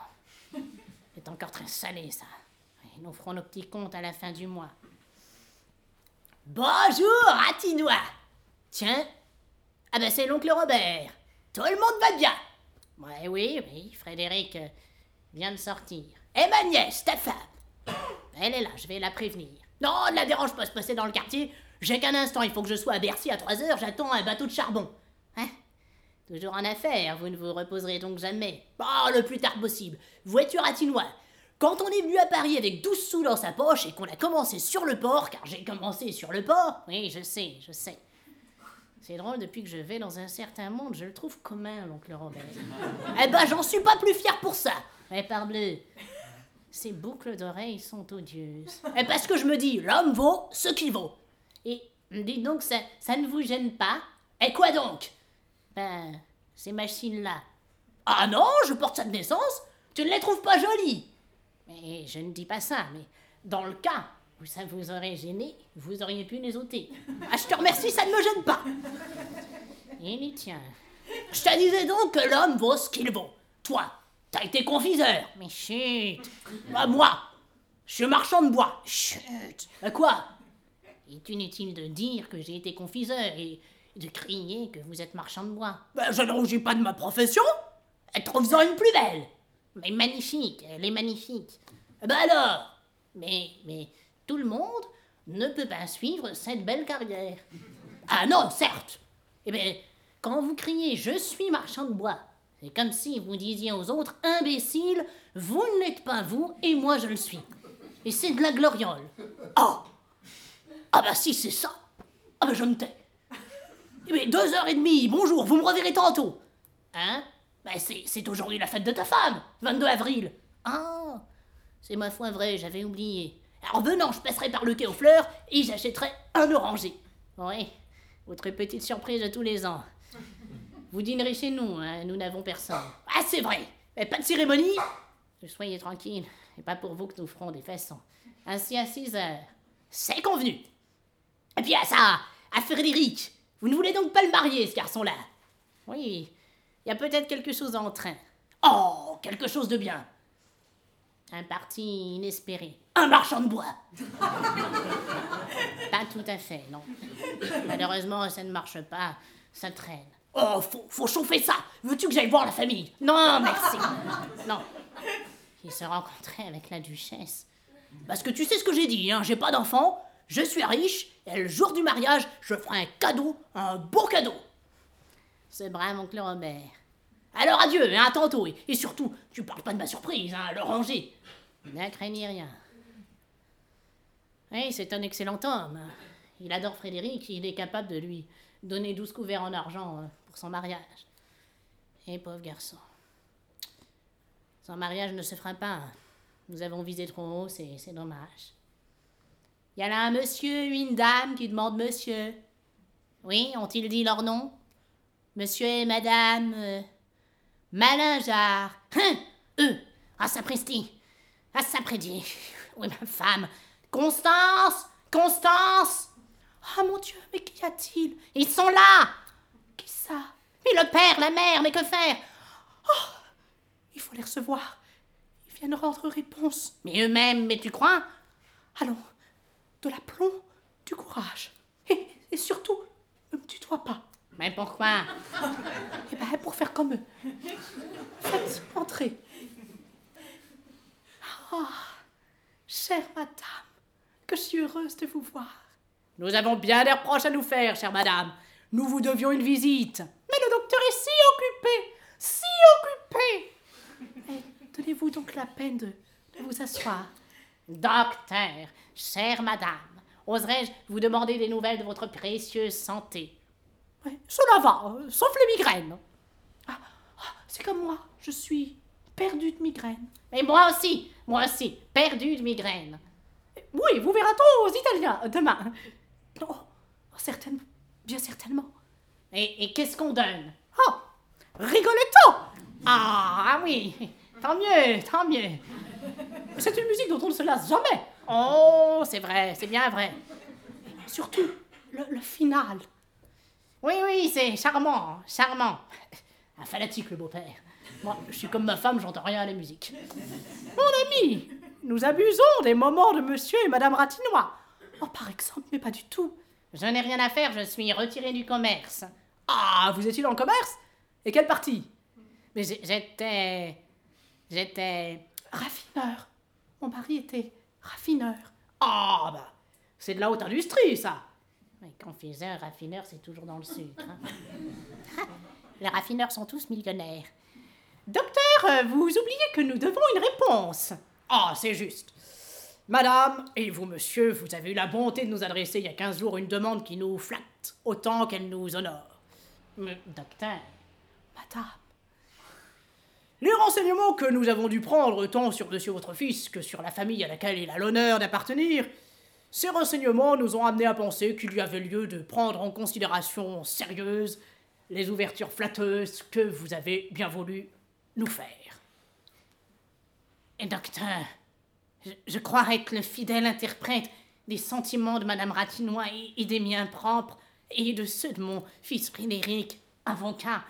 C'est encore très salé, ça. Et nous ferons nos petits comptes à la fin du mois. Bonjour, Atinois Tiens Ah ben, c'est l'oncle Robert Tout le monde va bien Ouais, oui, oui, Frédéric euh, vient de sortir. Et ma nièce, ta femme Elle est là, je vais la prévenir. Non, ne la dérange pas, se passer dans le quartier. J'ai qu'un instant, il faut que je sois à Bercy à 3 heures, j'attends un bateau de charbon. Hein Toujours en affaire, vous ne vous reposerez donc jamais. Oh, le plus tard possible. Voiture à Tinois. Quand on est venu à Paris avec 12 sous dans sa poche et qu'on a commencé sur le port, car j'ai commencé sur le port, oui, je sais, je sais. C'est drôle, depuis que je vais dans un certain monde, je le trouve commun, l'oncle Robert. eh ben, j'en suis pas plus fier pour ça Eh, parbleu Ces boucles d'oreilles sont odieuses. Eh, parce que je me dis, l'homme vaut ce qu'il vaut. Et dites donc, ça, ça ne vous gêne pas Et quoi donc ben, ces machines-là. Ah non, je porte ça de naissance. Tu ne les trouves pas jolies. Mais je ne dis pas ça, mais dans le cas où ça vous aurait gêné, vous auriez pu les ôter. Ah, je te remercie, ça ne me gêne pas. Il y tient. Je te disais donc que l'homme vaut ce qu'il vaut. Toi, t'as été confiseur. Mais chut. Bah, moi, je suis marchand de bois. Chut. Bah quoi Il est inutile de dire que j'ai été confiseur et de crier que vous êtes marchand de bois.
Ben, je ne rougis pas de ma profession.
Et Trouve-en une plus belle Mais magnifique, elle est magnifique. Eh Ben alors Mais, mais, tout le monde ne peut pas suivre cette belle carrière. Ah non, certes Eh bien, quand vous criez « Je suis marchand de bois », c'est comme si vous disiez aux autres « Imbéciles, vous ne l'êtes pas vous, et moi je le suis ». Et c'est de la gloriole.
Oh,
Ah bah si, c'est ça Ah bah je me tais Eh Mais deux heures et demie, bonjour, vous me reverrez tantôt Hein Bah c'est, c'est aujourd'hui la fête de ta femme, 22 avril Ah C'est ma foi vrai, j'avais oublié. En venant, je passerai par le quai aux fleurs et j'achèterai un oranger. Oui, votre petite surprise de tous les ans. Vous dînerez chez nous, hein, nous n'avons personne. Ah c'est vrai Mais pas de cérémonie Soyez tranquille, et pas pour vous que nous ferons des façons. Ainsi à 6 heures. C'est convenu et puis à Eh ça, à Frédéric, vous ne voulez donc pas le marier, ce garçon-là Oui, il y a peut-être quelque chose en train. Oh, quelque chose de bien. Un parti inespéré. Un marchand de bois. pas tout à fait, non. Malheureusement, ça ne marche pas, ça traîne. Oh, faut, faut chauffer ça. Veux-tu que j'aille voir la famille Non, merci. Non. Il se rencontrait avec la duchesse. Parce que tu sais ce que j'ai dit, hein, j'ai pas d'enfant, je suis riche, et le jour du mariage, je ferai un cadeau, un beau cadeau. C'est brave, oncle Robert. Alors adieu, hein, à tantôt, et, et surtout, tu parles pas de ma surprise, hein, l'oranger. Ne craignez rien. Oui, c'est un excellent homme. hein. Il adore Frédéric, il est capable de lui donner douze couverts en argent hein, pour son mariage. Et pauvre garçon. Son mariage ne se fera pas. hein. Nous avons visé trop haut, c'est c'est dommage. Il y a là un monsieur, une dame qui demande monsieur. Oui, ont-ils dit leur nom Monsieur et madame. euh, Malingear. Hein Eux Ah, sapristi Ah, sapristi Oui, ma femme Constance Constance Ah, mon Dieu, mais qu'y a-t-il Ils sont là Qui ça Mais le père, la mère, mais que faire il faut les recevoir. Ils viennent rendre réponse. Mais eux-mêmes, mais tu crois Allons, de l'aplomb, du courage. Et, et surtout, ne me tutoie pas. Mais pourquoi Eh ben, pour faire comme eux. Faites entrer. Ah, chère madame, que je suis heureuse de vous voir. Nous avons bien des reproches à nous faire, chère madame. Nous vous devions une visite. Mais le docteur est si occupé, si occupé. Donnez-vous Eh, donc la peine de, de vous asseoir. Docteur, chère madame, oserais-je vous demander des nouvelles de votre précieuse santé Cela va, euh, sauf les migraines. Ah, c'est comme moi, je suis perdue de migraine. Mais moi aussi, moi aussi, perdue de migraine. Oui, vous verra-t-on aux Italiens euh, demain. Oh, certainement, bien certainement. Et, et qu'est-ce qu'on donne Oh, Rigoletto Ah, ah oui, tant mieux, tant mieux. C'est une musique dont on ne se lasse jamais. Oh, c'est vrai, c'est bien vrai. Surtout le, le final. Oui, oui, c'est charmant, charmant. Un fanatique, le beau-père. Moi, je suis comme ma femme, j'entends rien à la musique. Mon ami, nous abusons des moments de monsieur et madame Ratinois. Oh, par exemple, mais pas du tout. Je n'ai rien à faire, je suis retiré du commerce. Ah, vous étiez dans le commerce Et quelle partie Mais j'ai- j'étais. J'étais. Raffineur. Mon mari était raffineur. Ah, bah, c'est de la haute industrie, ça. Mais confiseur, raffineur, c'est toujours dans le sucre. hein. Les raffineurs sont tous millionnaires. Docteur, euh, vous oubliez que nous devons une réponse. Ah, c'est juste. Madame, et vous, monsieur, vous avez eu la bonté de nous adresser il y a 15 jours une demande qui nous flatte autant qu'elle nous honore. Mais, Euh, docteur. Madame. Les renseignements que nous avons dû prendre tant sur monsieur votre fils que sur la famille à laquelle il a l'honneur d'appartenir, ces renseignements nous ont amenés à penser qu'il y avait lieu de prendre en considération sérieuse les ouvertures flatteuses que vous avez bien voulu nous faire. Et docteur, je, je crois être le fidèle interprète des sentiments de Madame Ratinois et, et des miens propres et de ceux de mon fils Frédéric, avocat,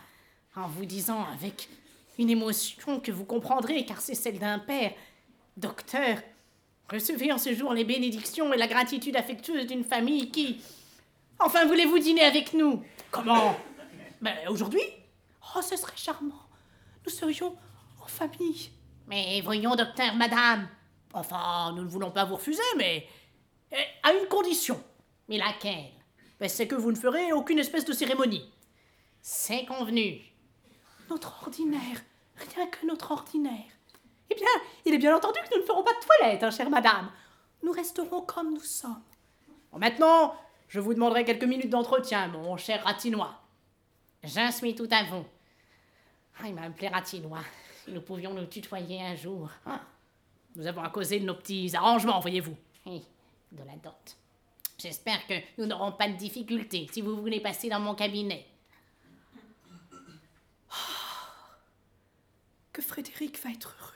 en vous disant avec une émotion que vous comprendrez car c'est celle d'un père. Docteur, recevez en ce jour les bénédictions et la gratitude affectueuse d'une famille qui... Enfin, voulez-vous dîner avec nous Comment Ben, aujourd'hui Oh, ce serait charmant. Nous serions en famille. Mais voyons, docteur, madame. Enfin, nous ne voulons pas vous refuser, mais euh, à une condition. Mais laquelle Ben, C'est que vous ne ferez aucune espèce de cérémonie. C'est convenu. Notre ordinaire, rien que notre ordinaire. Eh bien, il est bien entendu que nous ne ferons pas de toilette, hein, chère madame. Nous resterons comme nous sommes. Bon, maintenant, je vous demanderai quelques minutes d'entretien, mon cher Ratinois. J'en suis tout à vous. Ah, il m'appelait Ratinois. Si nous pouvions nous tutoyer un jour. Ah, nous avons à causer de nos petits arrangements, voyez-vous. Hé, de la dot. J'espère que nous n'aurons pas de difficultés si vous voulez passer dans mon cabinet.
Que Frédéric va être heureux.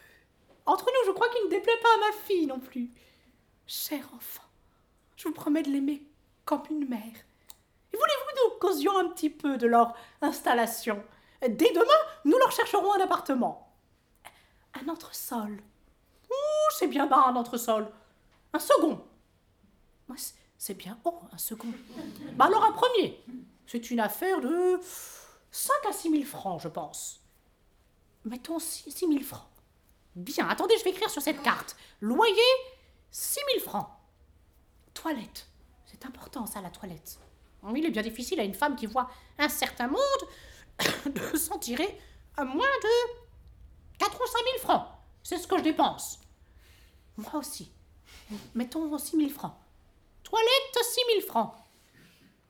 Entre nous, je crois qu'il ne déplaît pas à ma fille non plus.
Cher enfant, je vous promets de l'aimer comme une mère.
Et voulez-vous nous causions un petit peu de leur installation Dès demain, nous leur chercherons un appartement.
Un entresol.
Oh, c'est bien bas un entresol. Un second.
Moi, c'est- c'est bien haut, un second.
Bah alors un premier. C'est une affaire de 5 à 6 000 francs, je pense. Mettons 6 6 000 francs. Bien, attendez, je vais écrire sur cette carte. Loyer, 6 000 francs. Toilette. C'est important, ça, la toilette. Oui, il est bien difficile à une femme qui voit un certain monde de s'en tirer à moins de 4 ou 5 000 francs. C'est ce que je dépense. Moi aussi. Mettons 6 000 francs. Toilette, 6 000 francs.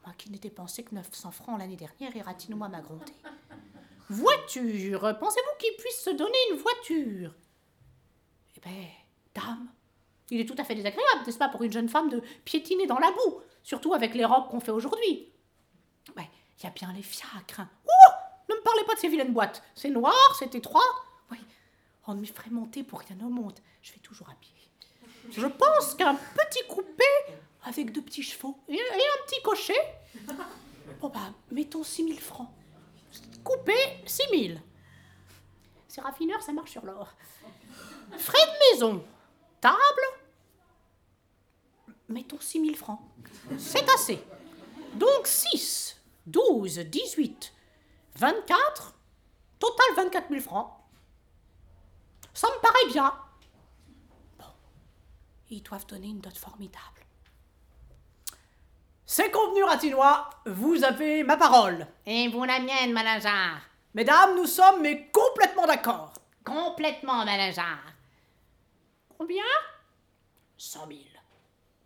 Moi qui n'ai dépensé que 900 francs l'année dernière et Ratinois m'a grondé. Voiture Pensez-vous qu'il puisse se donner une voiture Eh ben, dame. Il est tout à fait désagréable, n'est-ce pas, pour une jeune femme de piétiner dans la boue, surtout avec les robes qu'on fait aujourd'hui. Ouais, il y a bien les fiacres. hein. Ouh Ne me parlez pas de ces vilaines boîtes. C'est noir, c'est étroit. Oui, on me ferait monter pour rien au monde. Je vais toujours à pied. Je pense qu'un petit coupé avec deux petits chevaux et, et un petit cocher. Bon, bah, mettons 6000 francs. Coupé, 6000. Ces raffineurs, ça marche sur l'or. Frais de maison, table, mettons 6000 francs. C'est assez. Donc 6, 12, 18, 24, total 24 000 francs. Ça me paraît bien. Bon. Ils doivent donner une dot formidable.
C'est convenu, Ratinois. Vous avez ma parole.
Et vous la mienne, Malazar.
Mesdames, nous sommes mais complètement d'accord.
Complètement, Malazar. Combien Cent mille.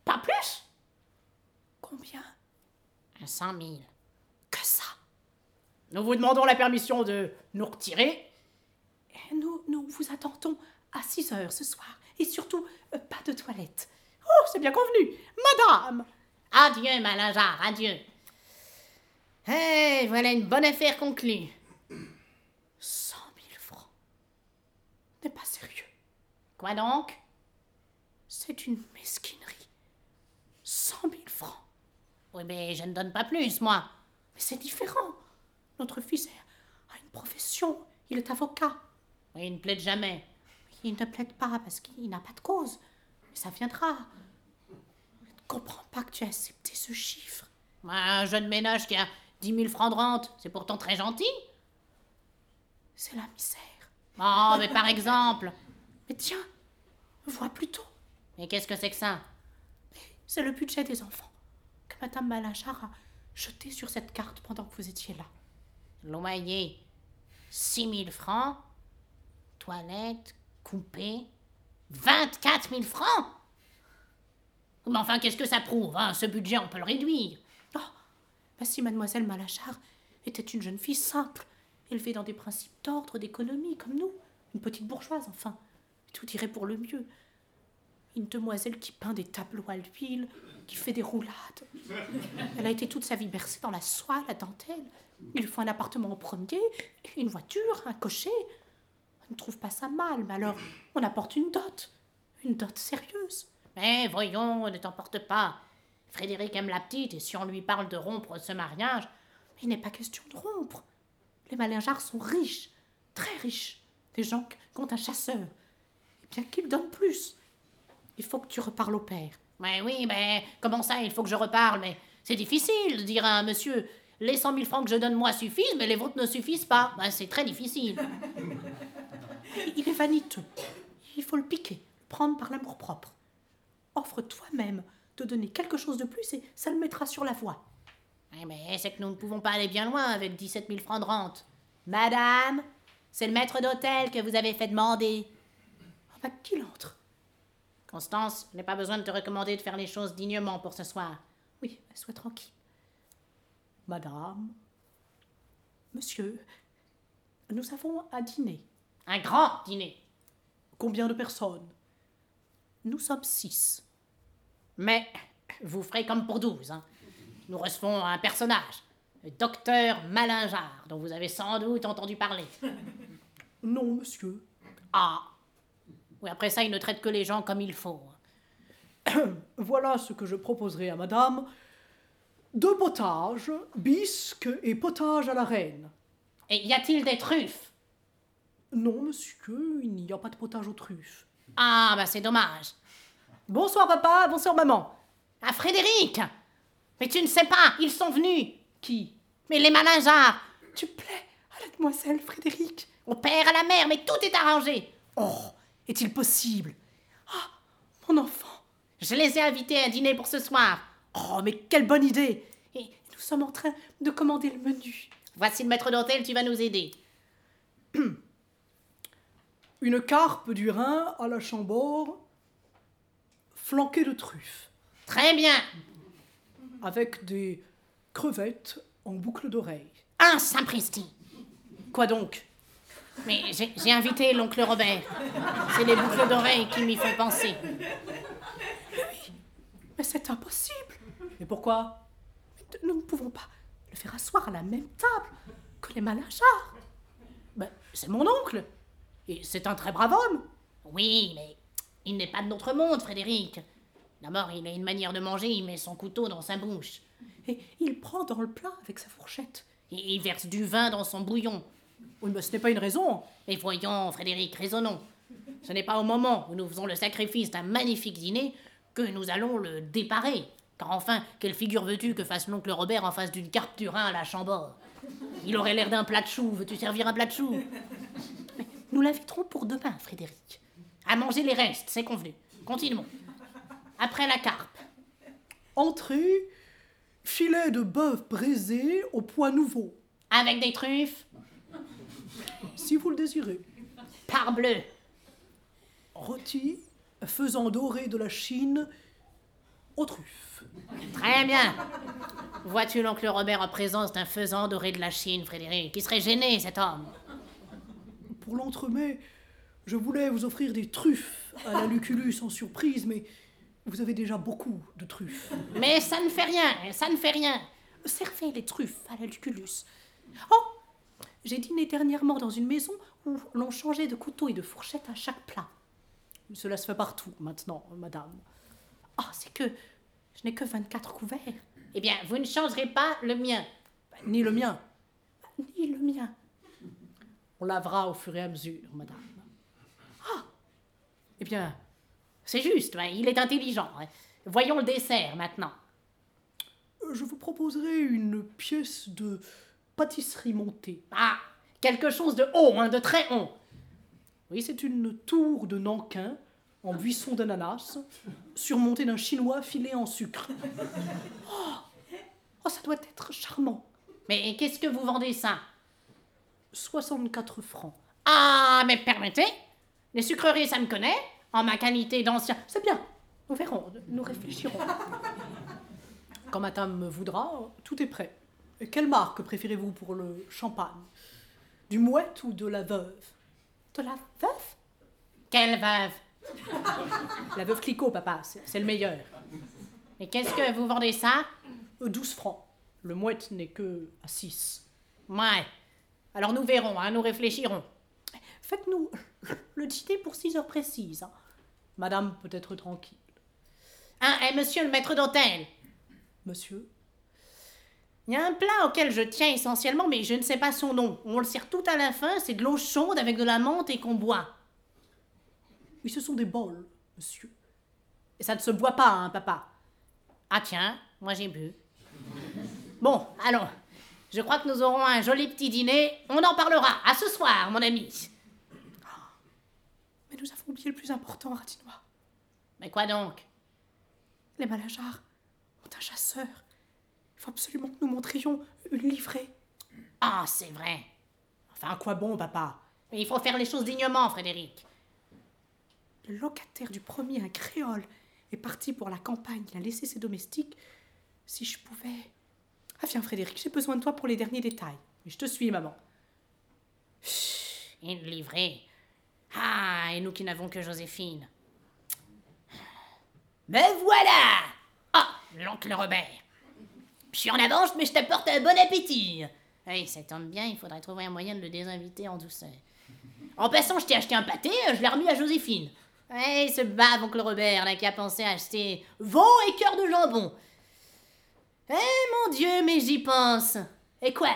Pas plus
Combien
Cent mille.
Que ça
Nous vous demandons la permission de nous retirer.
Et Eh, Nous, nous vous attendons à 6 heures ce soir. Et surtout, euh, pas de toilette.
Oh, c'est bien convenu. Madame Adieu, Malazar, adieu. Eh, voilà une bonne affaire conclue.
100 000 francs. N'est pas sérieux.
Quoi donc
C'est une mesquinerie. 100 000 francs.
Oui, mais je ne donne pas plus, moi.
Mais c'est différent. Notre fils a a une profession. Il est avocat.
Oui, Il ne plaide jamais.
Il ne plaide pas parce qu'il n'a pas de cause. Mais ça viendra. Je ne comprends pas que tu aies accepté ce chiffre.
Moi, Un jeune ménage qui a 10 000 francs de rente, c'est pourtant très gentil.
C'est la misère.
Oh, mais par exemple.
Mais tiens, vois plutôt.
Mais qu'est-ce que c'est que ça
C'est le budget des enfants que Madame Malachar a jeté sur cette carte pendant que vous étiez là.
Loyer, 6 000 francs. Toilette, coupé, 24 000 francs Mais enfin, qu'est-ce que ça prouve hein Ce budget, on peut le réduire.
Oh, bah si Mademoiselle Malachar était une jeune fille simple, élevée dans des principes d'ordre, d'économie, comme nous, une petite bourgeoise, enfin, tout irait pour le mieux. Une demoiselle qui peint des tableaux à l'huile, qui fait des roulades. Elle a été toute sa vie bercée dans la soie, la dentelle. Il lui faut un appartement en premier, une voiture, un cocher. On ne trouve pas ça mal, mais alors on apporte une dot, une dot sérieuse.
Mais voyons, ne t'emporte pas. Frédéric aime la petite et si on lui parle de rompre ce mariage,
Mais il n'est pas question de rompre. Les Malingears sont riches, très riches, des gens qui ont un chasseur. Et bien qu'ils donnent plus, il faut que tu reparles au père.
Mais oui, mais comment ça, il faut que je reparle, mais c'est difficile de dire à un monsieur les 100 000 francs que je donne moi suffisent, mais les vôtres ne suffisent pas. Ben, c'est très difficile.
Il- Il est vaniteux. Il faut le piquer, le prendre par l'amour-propre. Offre toi-même de donner quelque chose de plus et ça le mettra sur la voie.
Ouais, Eh, mais c'est que nous ne pouvons pas aller bien loin avec 17 000 francs de rente. Madame, c'est le maître d'hôtel que vous avez fait demander.
Ah bah qu'il entre.
Constance, je n'ai pas besoin de te recommander de faire les choses dignement pour ce soir.
Oui, sois tranquille. Madame, monsieur, nous avons à dîner.
Un grand dîner.
Combien de personnes Nous sommes six.
Mais vous ferez comme pour 12. hein. Nous recevons un personnage, le docteur Malingear, dont vous avez sans doute entendu parler.
Non, monsieur.
Ah Oui, après ça, il ne traite que les gens comme il faut.
Voilà ce que je proposerai à madame. Deux potages, bisque et potage à la reine.
Et y a-t-il des truffes
Non, monsieur, il n'y a pas de potage aux truffes.
Ah, bah c'est dommage.
Bonsoir papa, bonsoir maman.
Ah, Frédéric Mais tu ne sais pas, ils sont venus
Qui
Mais les Malingears
Tu plais à la demoiselle Frédéric.
Au père, à la mère, mais tout est arrangé
Oh, est-il possible Ah, mon enfant.
Je les ai invités à dîner pour ce soir.
Oh, mais quelle bonne idée.
Et
Nous sommes en train de commander le menu.
voici le maître d'hôtel, tu vas nous aider.
Une carpe du Rhin à la Chambord, flanquée de truffes,
Très bien
avec des crevettes en boucle d'oreille.
Un sapristi
Quoi donc
Mais j'ai j'ai invité l'oncle Robert. C'est les boucles d'oreilles qui m'y font penser.
Mais c'est impossible Mais pourquoi Nous ne pouvons pas le faire asseoir à la même table que les Malinchars.
Ben,
C'est mon oncle. Et c'est un très brave homme.
oui, mais il n'est pas de notre monde, Frédéric. D'abord, il a une manière de manger, il met son couteau dans sa bouche.
Et il prend dans le plat avec sa fourchette.
Il il verse du vin dans son bouillon.
Oui, mais ce n'est pas une raison.
Mais voyons, Frédéric, raisonnons. Ce n'est pas au moment où nous faisons le sacrifice d'un magnifique dîner que nous allons le déparer. Car enfin, quelle figure veux-tu que fasse l'oncle Robert en face d'une carpe Turin à la Chambord Il aurait l'air d'un plat de choux. Veux-tu servir un plat de choux Mais Nous l'inviterons pour demain, Frédéric. À manger les restes, c'est convenu. Continuons. Après la carpe.
Entrée, filet de bœuf braisé au poids nouveau,
Avec des truffes,
si vous le désirez.
parbleu.
Rôti, faisant dorer de la Chine aux truffes.
Très bien. Vois-tu l'oncle Robert en présence d'un faisan doré de la Chine, Frédéric Qui serait gêné, cet homme
Pour l'entremets, je voulais vous offrir des truffes à la Lucullus en surprise, mais vous avez déjà beaucoup de truffes.
Mais ça ne fait rien, ça ne fait rien.
Servez les truffes à la Lucullus. Oh J'ai dîné dernièrement dans une maison où l'on changeait de couteau et de fourchette à chaque plat. Cela se fait partout maintenant, madame. Ah, c'est que je n'ai que 24 couverts,
Eh bien, vous ne changerez pas le mien.
ni le mien, ni le mien. On lavera au fur et à mesure, madame. Ah Eh bien,
C'est juste, ouais, il est intelligent. ouais. Voyons le dessert maintenant.
je vous proposerai une pièce de pâtisserie montée.
Ah, quelque chose de haut, hein, de très haut.
Oui, c'est une tour de Nankin en buisson d'ananas, surmontée d'un chinois filé en sucre. Oh, oh, ça doit être charmant.
Mais qu'est-ce que vous vendez ça
64 francs.
Ah, mais permettez. Les sucreries, ça me connaît. En ma qualité d'ancien.
C'est bien, nous verrons, nous réfléchirons. Quand madame me voudra, tout est prêt. Et Quelle marque préférez-vous pour le champagne Du mouette ou de la veuve De la veuve
Quelle veuve.
La veuve Clicot, papa, c'est c'est le meilleur.
Mais qu'est-ce que vous vendez ça
Euh, 12 francs. Le mouette n'est que à 6.
Ouais. Alors nous verrons, hein, nous réfléchirons.
Faites-nous le dîner pour 6 heures précises. hein. Madame peut être tranquille.
Hein, et monsieur le maître d'hôtel
Monsieur
Il y a un plat auquel je tiens essentiellement, mais je ne sais pas son nom. On le sert tout à la fin, c'est de l'eau chaude avec de la menthe et qu'on boit.
Oui, ce sont des bols, monsieur. Et ça ne se boit pas, hein, papa
Ah tiens, moi j'ai bu. Bon, allons. Je crois que nous aurons un joli petit dîner. On en parlera. À ce soir, mon ami.
Mais nous avons oublié le plus important, Ratinois.
Mais quoi donc
Les Malajars ont un chasseur. Il faut absolument que nous montrions une livrée.
Ah, c'est vrai.
Enfin, à quoi bon, papa
Mais il faut faire les choses dignement, Frédéric.
Le locataire du premier, un créole, est parti pour la campagne. Il a laissé ses domestiques. Si je pouvais. Ah, viens, Frédéric, j'ai besoin de toi pour les derniers détails. Mais je te suis, maman.
Une livrée. Ah, et nous qui n'avons que Joséphine. Me voilà Ah, l'oncle Robert. Je suis en avance, mais je t'apporte un bon appétit. Oui, ça tombe bien, il faudrait trouver un moyen de le désinviter en douceur. En passant, je t'ai acheté un pâté, je l'ai remis à Joséphine. Ouais, ce bave oncle Robert, là, qui a pensé à acheter veau et cœur de jambon. Eh mon Dieu, mais j'y pense. Et quoi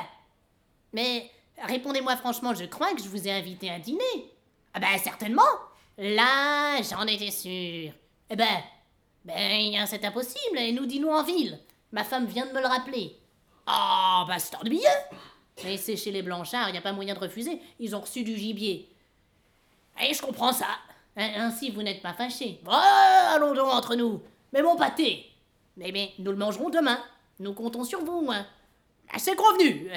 mais répondez-moi franchement, je crois que je vous ai invité à dîner. Ah ben certainement. Là, j'en étais sûr. Eh ben, ben c'est impossible. Et nous dînons en ville. Ma femme vient de me le rappeler. Ah ben c'est ennuyeux. Mais c'est chez les Blanchard, il n'y a pas moyen de refuser. Ils ont reçu du gibier. Et je comprends ça. Hein, Ainsi, vous n'êtes pas fâchés. Ouais, allons donc entre nous. Mais mon pâté. Mais mais nous le mangerons demain. Nous comptons sur vous. hein. Ah, C'est convenu.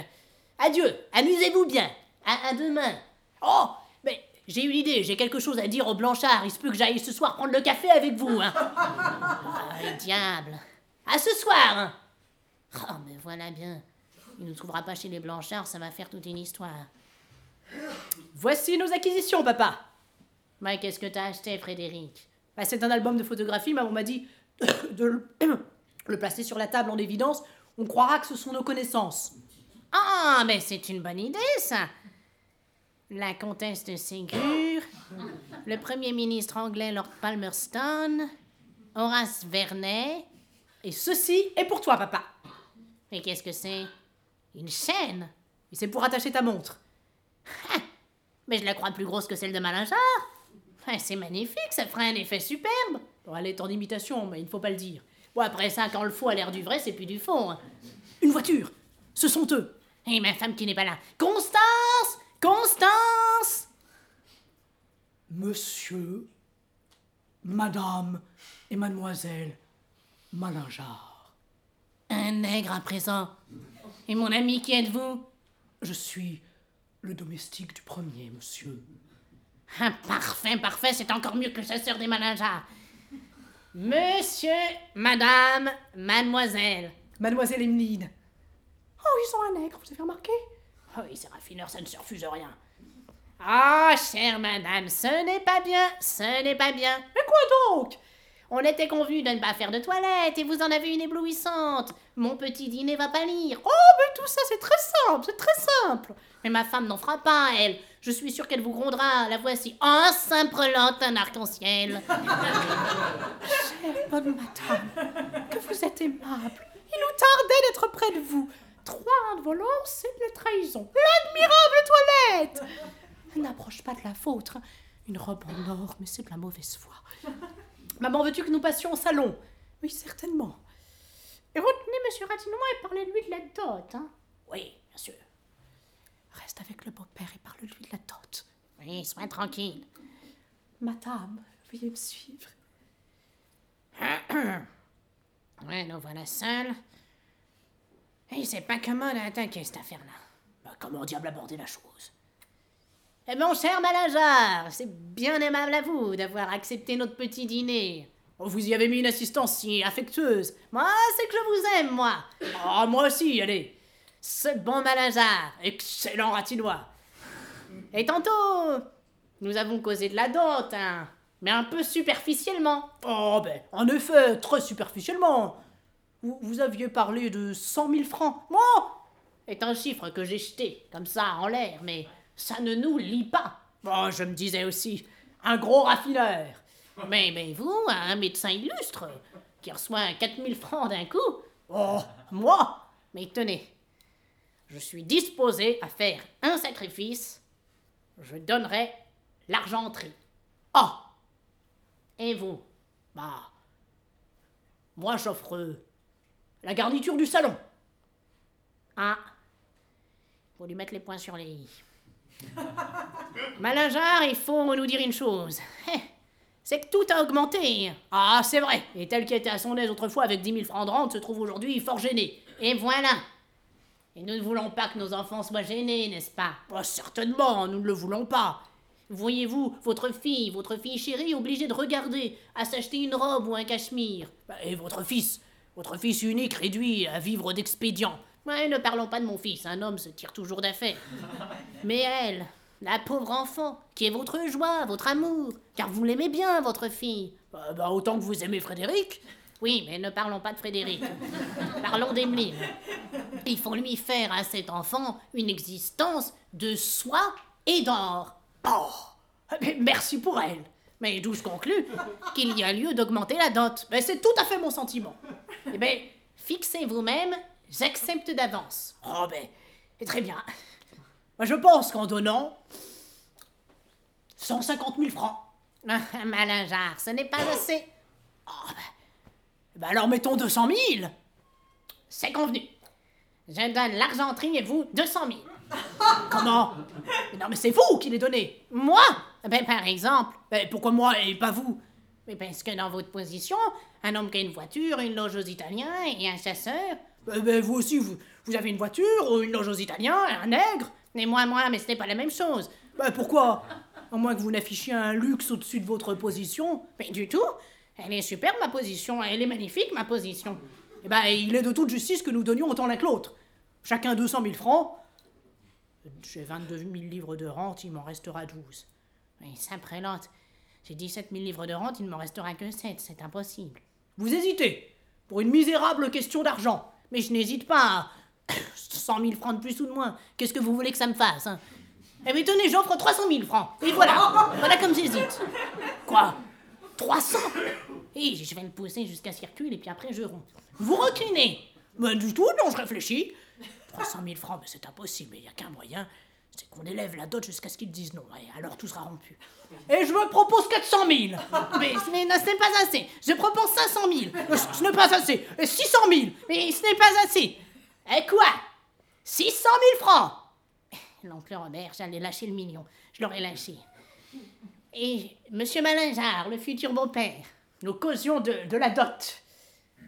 Adieu, amusez-vous bien. À, à demain. Oh, mais j'ai une idée, j'ai quelque chose à dire au Blanchard. Il se peut que j'aille ce soir prendre le café avec vous. Hein. Ah, le diable. À ce soir. hein. Oh, mais voilà bien. Il ne trouvera pas chez les Blanchard, ça va faire toute une histoire.
Voici nos acquisitions, papa.
Mais qu'est-ce que t'as acheté, Frédéric
Bah, c'est un album de photographie, mais on m'a dit de le, le placer sur la table en évidence. On croira que ce sont nos connaissances.
Ah, mais c'est une bonne idée, ça La comtesse de Ségur, le premier ministre anglais Lord Palmerston, Horace Vernet.
Et ceci est pour toi, papa.
Et qu'est-ce que c'est Une chaîne
Et c'est pour attacher ta montre.
Mais je la crois plus grosse que celle de Malinjar Ouais, C'est magnifique, ça ferait un effet superbe
Bon, elle est en imitation, mais il ne faut pas le dire.
Bon, après ça, quand le faux a l'air du vrai, c'est plus du faux. hein.
Une voiture Ce sont eux
Et ma femme qui n'est pas là. Constance Constance
Monsieur, Madame et Mademoiselle Malingear.
Un nègre à présent. Et mon ami, qui êtes-vous
Je suis le domestique du premier, monsieur.
Ah, parfait, parfait, c'est encore mieux que le chasseur des Malinjars. Monsieur, madame, mademoiselle.
Mademoiselle Emeline. Oh, ils ont un nègre, vous avez remarqué
Oh, oui, c'est raffineur, ça ne se refuse rien. Ah, chère madame, ce n'est pas bien, ce n'est pas bien.
Mais quoi donc
On était convenu de ne pas faire de toilette et vous en avez une éblouissante. Mon petit dîner va pâlir. Oh,
Oh, mais tout ça, c'est très simple, c'est très simple.
mais ma femme n'en fera pas, elle. Je suis sûre qu'elle vous grondera. La voici, en s'imprelant un arc-en-ciel.
Chère bonne madame, que vous êtes aimable. Il nous tardait d'être près de vous. Trois de volants, c'est de la trahison. L'admirable toilette N'approche pas de la vôtre. Une robe en or, mais c'est de la mauvaise foi. Maman, veux-tu que nous passions au salon Oui, certainement.
Et retenez Monsieur Ratinon et parlez-lui de la dot, hein Oui, bien sûr.
Reste avec le beau-père et parle-lui de la tante.
Oui, sois tranquille.
Madame, veuillez me suivre.
Ouais, nous voilà seuls. Et c'est pas commode à attaquer cette affaire-là. Bah, comment diable aborder la chose Eh mon cher Malazar, c'est bien aimable à vous d'avoir accepté notre petit dîner.
Oh, vous y avez mis une assistance si affectueuse.
Moi, c'est que je vous aime, moi.
Ah, moi aussi, allez.
Ce bon Malazar.
Excellent ratinois.
Et tantôt, nous avons causé de la dot, hein, mais un peu superficiellement.
Oh, ben, en effet, très superficiellement. Vous, vous aviez parlé de 100 000 francs. Moi
est un chiffre que j'ai jeté, comme ça, en l'air, mais ça ne nous lie pas.
Oh, je me disais aussi, un gros raffineur.
Mais, mais vous, un médecin illustre, qui reçoit 4000 francs d'un coup,
Oh, moi
mais tenez, je suis disposé à faire un sacrifice, je donnerai l'argenterie.
Ah,
Oh Et vous
bah, moi j'offre euh, la garniture du salon.
Ah, faut lui mettre les points sur les i. Malinjar, il faut nous dire une chose. Eh, C'est que tout a augmenté.
Ah, c'est vrai.
Et tel qui était à son aise autrefois avec 10 000 francs de rente se trouve aujourd'hui fort gêné. Et voilà. Et nous ne voulons pas que nos enfants soient gênés, n'est-ce pas
Oh, certainement, nous ne le voulons pas.
Voyez-vous, votre fille, votre fille chérie est obligée de regarder à s'acheter une robe ou un cachemire.
Bah, Et votre fils Votre fils unique réduit à vivre d'expédients.
Ouais, ne parlons pas de mon fils, un homme se tire toujours d'affaire. Mais elle, la pauvre enfant, qui est votre joie, votre amour, car vous l'aimez bien, votre fille.
Bah, bah, autant que vous aimez Frédéric.
Oui, mais ne parlons pas de Frédéric. parlons d'Emeline. Il faut lui faire à cet enfant une existence de soie et d'or.
Oh, mais merci pour elle.
Mais d'où je conclus qu'il y a lieu d'augmenter la dot.
Mais c'est tout à fait mon sentiment. ben,
Eh bien, fixez vous-même, j'accepte d'avance.
Oh ben, et très bien. Moi, je pense qu'en donnant 150 000 francs,
Ah, Malinjar, ce n'est pas assez.
Oh, ben alors mettons 200 000.
C'est convenu. Je donne l'argenterie et vous 200 000.
Comment Mais Non mais c'est vous qui les donnez.
Moi Ben par exemple.
Ben, pourquoi moi et pas vous
Mais parce que dans votre position, un homme qui a une voiture, une loge aux Italiens et un chasseur.
ben, ben, vous aussi, vous, vous avez une voiture, ou une loge aux Italiens, un nègre.
Et moi, moi, mais ce n'est pas la même chose.
Ben pourquoi À moins que vous n'affichiez un luxe au-dessus de votre position.
Mais Ben, du tout. Elle est superbe ma position, elle est magnifique ma position.
Eh ben, il est de toute justice que nous donnions autant l'un que l'autre. Chacun 200 000 francs.
J'ai 22 000 livres de rente, il m'en restera 12.
Mais ça prélate. J'ai 17 000 livres de rente, il ne m'en restera que 7, c'est impossible.
Vous hésitez Pour une misérable question d'argent
Mais je n'hésite pas à 100 000 francs de plus ou de moins. Qu'est-ce que vous voulez que ça me fasse hein Eh mais tenez, j'offre 300 000 francs. Et voilà, voilà comme j'hésite. Quoi 300 Et je vais le pousser jusqu'à circuit et puis après je romps. Vous reculez
Ben du tout, non, je réfléchis.
300 000 francs, mais c'est impossible, il n'y a qu'un moyen. C'est qu'on élève la dot jusqu'à ce qu'ils disent non, et alors tout sera rompu.
Et je me propose 400 000
Mais ce n'est ce n'est pas assez. Je propose 500 000.
Euh, Ce ce n'est pas assez Et 600 000
Mais ce n'est pas assez. Et quoi
600 000 francs
L'oncle Robert, j'allais lâcher le million. Je l'aurais lâché. Et Monsieur Malinjar, le futur beau-père,
Nous causions de, de la dot.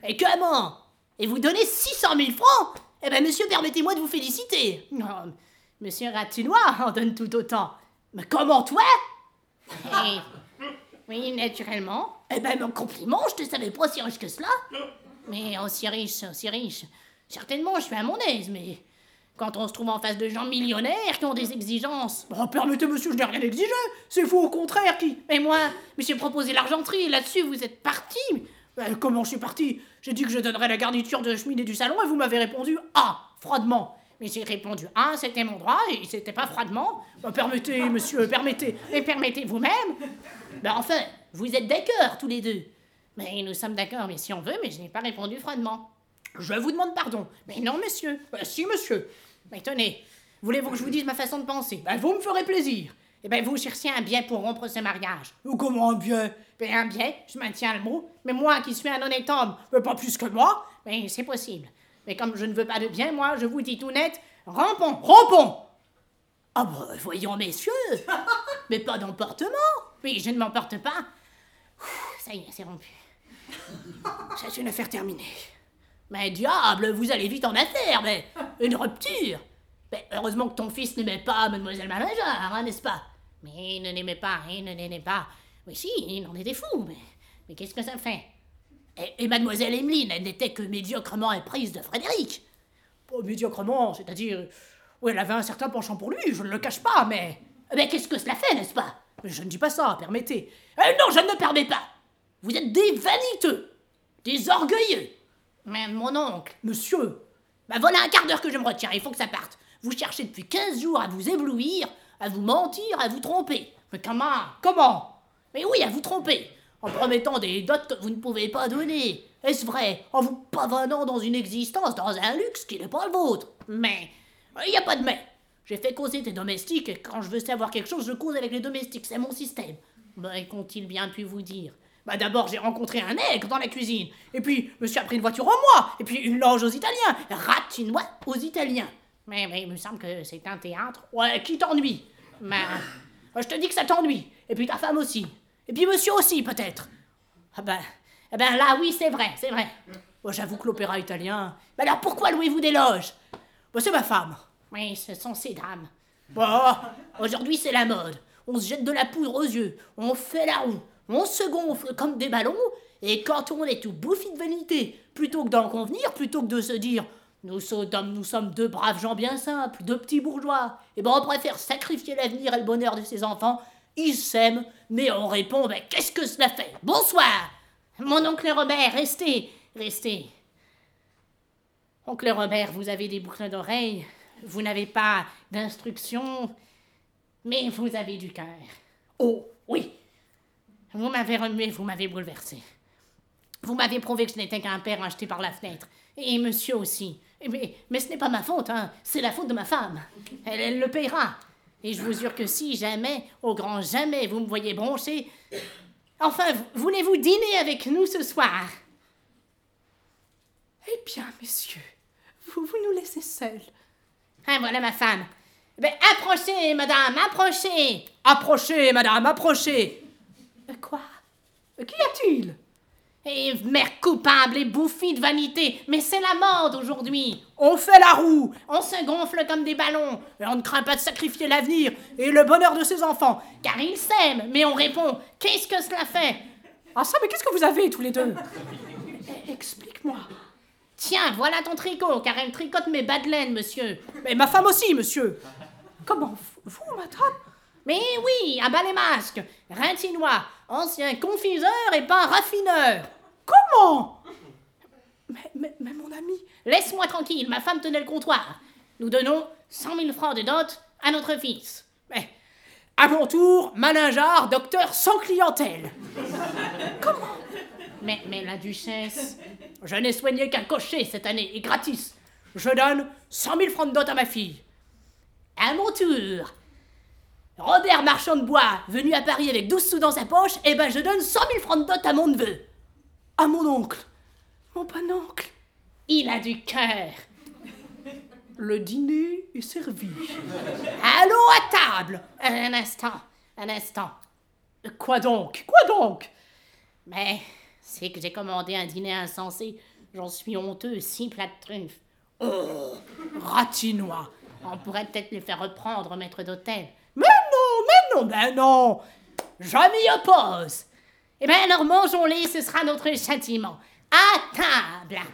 Et comment Et vous donnez 600 000 francs Eh ben, monsieur, permettez-moi de vous féliciter. Non, monsieur Ratinois en donne tout autant.
Mais comment toi
Eh, oui, naturellement. Eh ben, mon compliment, je te savais pas si riche que cela. Mais aussi riche, aussi riche. Certainement, je suis à mon aise, mais quand on se trouve en face de gens millionnaires qui ont des exigences.
Oh, permettez monsieur, je n'ai rien exigé C'est vous au contraire qui...
Mais moi, monsieur proposé l'argenterie, là-dessus, vous êtes parti.
Euh, comment je suis parti J'ai dit que je donnerais la garniture de cheminée du salon et vous m'avez répondu « Ah !» froidement.
Mais j'ai répondu Ah, c'était mon droit, et c'était pas froidement.
Ben, permettez, monsieur, permettez.
Mais euh, permettez vous-même. Ben enfin, vous êtes d'accord tous les deux. Mais nous sommes d'accord, mais si on veut, mais je n'ai pas répondu froidement.
Je vous demande pardon.
Mais non, monsieur.
Ben, si, monsieur.
Mais tenez, voulez-vous que je vous dise ma façon de penser
Ben, vous me ferez plaisir.
Eh ben, vous cherchez un biais pour rompre ce mariage.
Ou comment un bien
Ben, un biais, je maintiens le mot, mais moi qui suis un honnête homme,
Mais pas plus que moi
mais ben, c'est possible. Mais comme je ne veux pas de bien, moi, je vous dis tout net, rampons
Rampons
Ah bah, voyons, messieurs Mais pas d'emportement Oui, je ne m'emporte pas. Ouh, Ça y est, c'est rompu.
C'est une affaire terminée.
Mais diable, vous allez vite en affaire, mais une rupture Mais heureusement que ton fils n'aimait pas Mademoiselle Malinjar, hein, n'est-ce pas Mais il ne l'aimait pas, il ne l'aimait pas. Oui, si, il en était fou, mais, mais qu'est-ce que ça fait et, et Mademoiselle Emeline, elle n'était que médiocrement éprise de Frédéric.
Pas médiocrement, c'est-à-dire... Oui, elle avait un certain penchant pour lui, je ne le cache pas, mais...
Mais qu'est-ce que cela fait, n'est-ce pas
Je ne dis pas ça, permettez.
Eh non, je ne le permets pas Vous êtes des vaniteux Des orgueilleux Mais mon oncle
Monsieur
Bah voilà un quart d'heure que je me retiens, il faut que ça parte. Vous cherchez depuis 15 jours à vous éblouir, à vous mentir, à vous tromper. Mais comment
Comment
Mais oui, à vous tromper En promettant des dots que vous ne pouvez pas donner. Est-ce vrai En vous pavanant dans une existence, dans un luxe qui n'est pas le vôtre. Mais il n'y a pas de mais. J'ai fait causer tes domestiques et quand je veux savoir quelque chose, je cause avec les domestiques, c'est mon système. Mais qu'ont-ils bien pu vous dire
Bah d'abord, j'ai rencontré un nègre dans la cuisine. Et puis, monsieur a pris une voiture en moi. Et puis, une loge aux Italiens.
Ratinois aux Italiens. Mais, mais il me semble que c'est un théâtre.
Ouais, qui t'ennuie
Mais
Euh, Je te dis que ça t'ennuie. Et puis ta femme aussi. Et puis monsieur aussi, peut-être.
ah ben, eh ben là, oui, c'est vrai, c'est vrai.
Moi, J'avoue que l'opéra italien.
Mais alors pourquoi louez-vous des loges
Bah, c'est ma femme.
Oui, ce sont ces drames.
Bah,
Aujourd'hui, c'est la mode. On se jette de la poudre aux yeux, on fait la roue, on se gonfle comme des ballons, et quand on est tout bouffi de vanité,
plutôt que d'en convenir, plutôt que de se dire
nous sommes, nous sommes deux braves gens bien simples, deux petits bourgeois, et ben on préfère sacrifier l'avenir et le bonheur de ses enfants. Ils s'aiment, mais on répond ben qu'est-ce que cela fait Bonsoir Mon oncle Robert, restez, restez. Oncle Robert, vous avez des boucles d'oreilles, vous n'avez pas d'instruction, mais vous avez du cœur.
Oh
Oui. Vous m'avez remué, vous m'avez bouleversé. Vous m'avez prouvé que je n'étais qu'un père acheté par la fenêtre. Et monsieur aussi. Eh Mais, mais ce n'est pas ma faute, hein. c'est la faute de ma femme. Elle, elle le payera. Et je vous jure que si jamais, au grand jamais, vous me voyez broncher... Enfin, v- voulez-vous dîner avec nous ce soir
Eh bien, messieurs, vous, vous nous laissez seuls.
Ah, voilà ma femme. Eh Ben, approchez, madame, approchez
Approchez, madame, approchez
Euh, Quoi Euh, Qu'y a-t-il
Et mère coupable et bouffie de vanité, mais c'est la mode aujourd'hui
On fait la roue
On se gonfle comme des ballons,
Et on ne craint pas de sacrifier l'avenir et le bonheur de ses enfants.
car ils s'aiment, mais on répond Qu'est-ce que cela fait
Ah ça, mais qu'est-ce que vous avez tous les deux Eh, Explique-moi.
Tiens, voilà ton tricot, car elle tricote mes bas de laine, monsieur.
Mais ma femme aussi, monsieur
Comment vous- Vous, madame
Mais oui, à bas les masques Rintinois, ancien confiseur et pain raffineur
Comment mais, mais, mais mon ami,
Laisse-moi tranquille, ma femme tenait le comptoir. Nous donnons 100 000 francs de dot à notre fils.
mais... À mon tour, Malingear, docteur sans clientèle.
Mais, mais la duchesse...
Je n'ai soigné qu'un cocher cette année, et gratis. Je donne 100 000 francs de dot à ma fille.
À mon tour Robert Marchand de Bois, venu à Paris avec 12 sous dans sa poche, eh ben je donne 100 000 francs de dot à mon neveu.
À Ah, mon oncle. Mon panoncle.
Il a du cœur.
Le dîner est servi.
Allons à table Un instant, un instant.
Quoi donc Quoi donc
Mais c'est que j'ai commandé un dîner insensé. J'en suis honteux, six plats de truffes.
Oh, Ratinois.
On pourrait peut-être les faire reprendre au maître d'hôtel.
Mais non, mais non, mais non
Je m'y ben, oppose Eh bien alors mangeons-les, ce sera notre châtiment. À table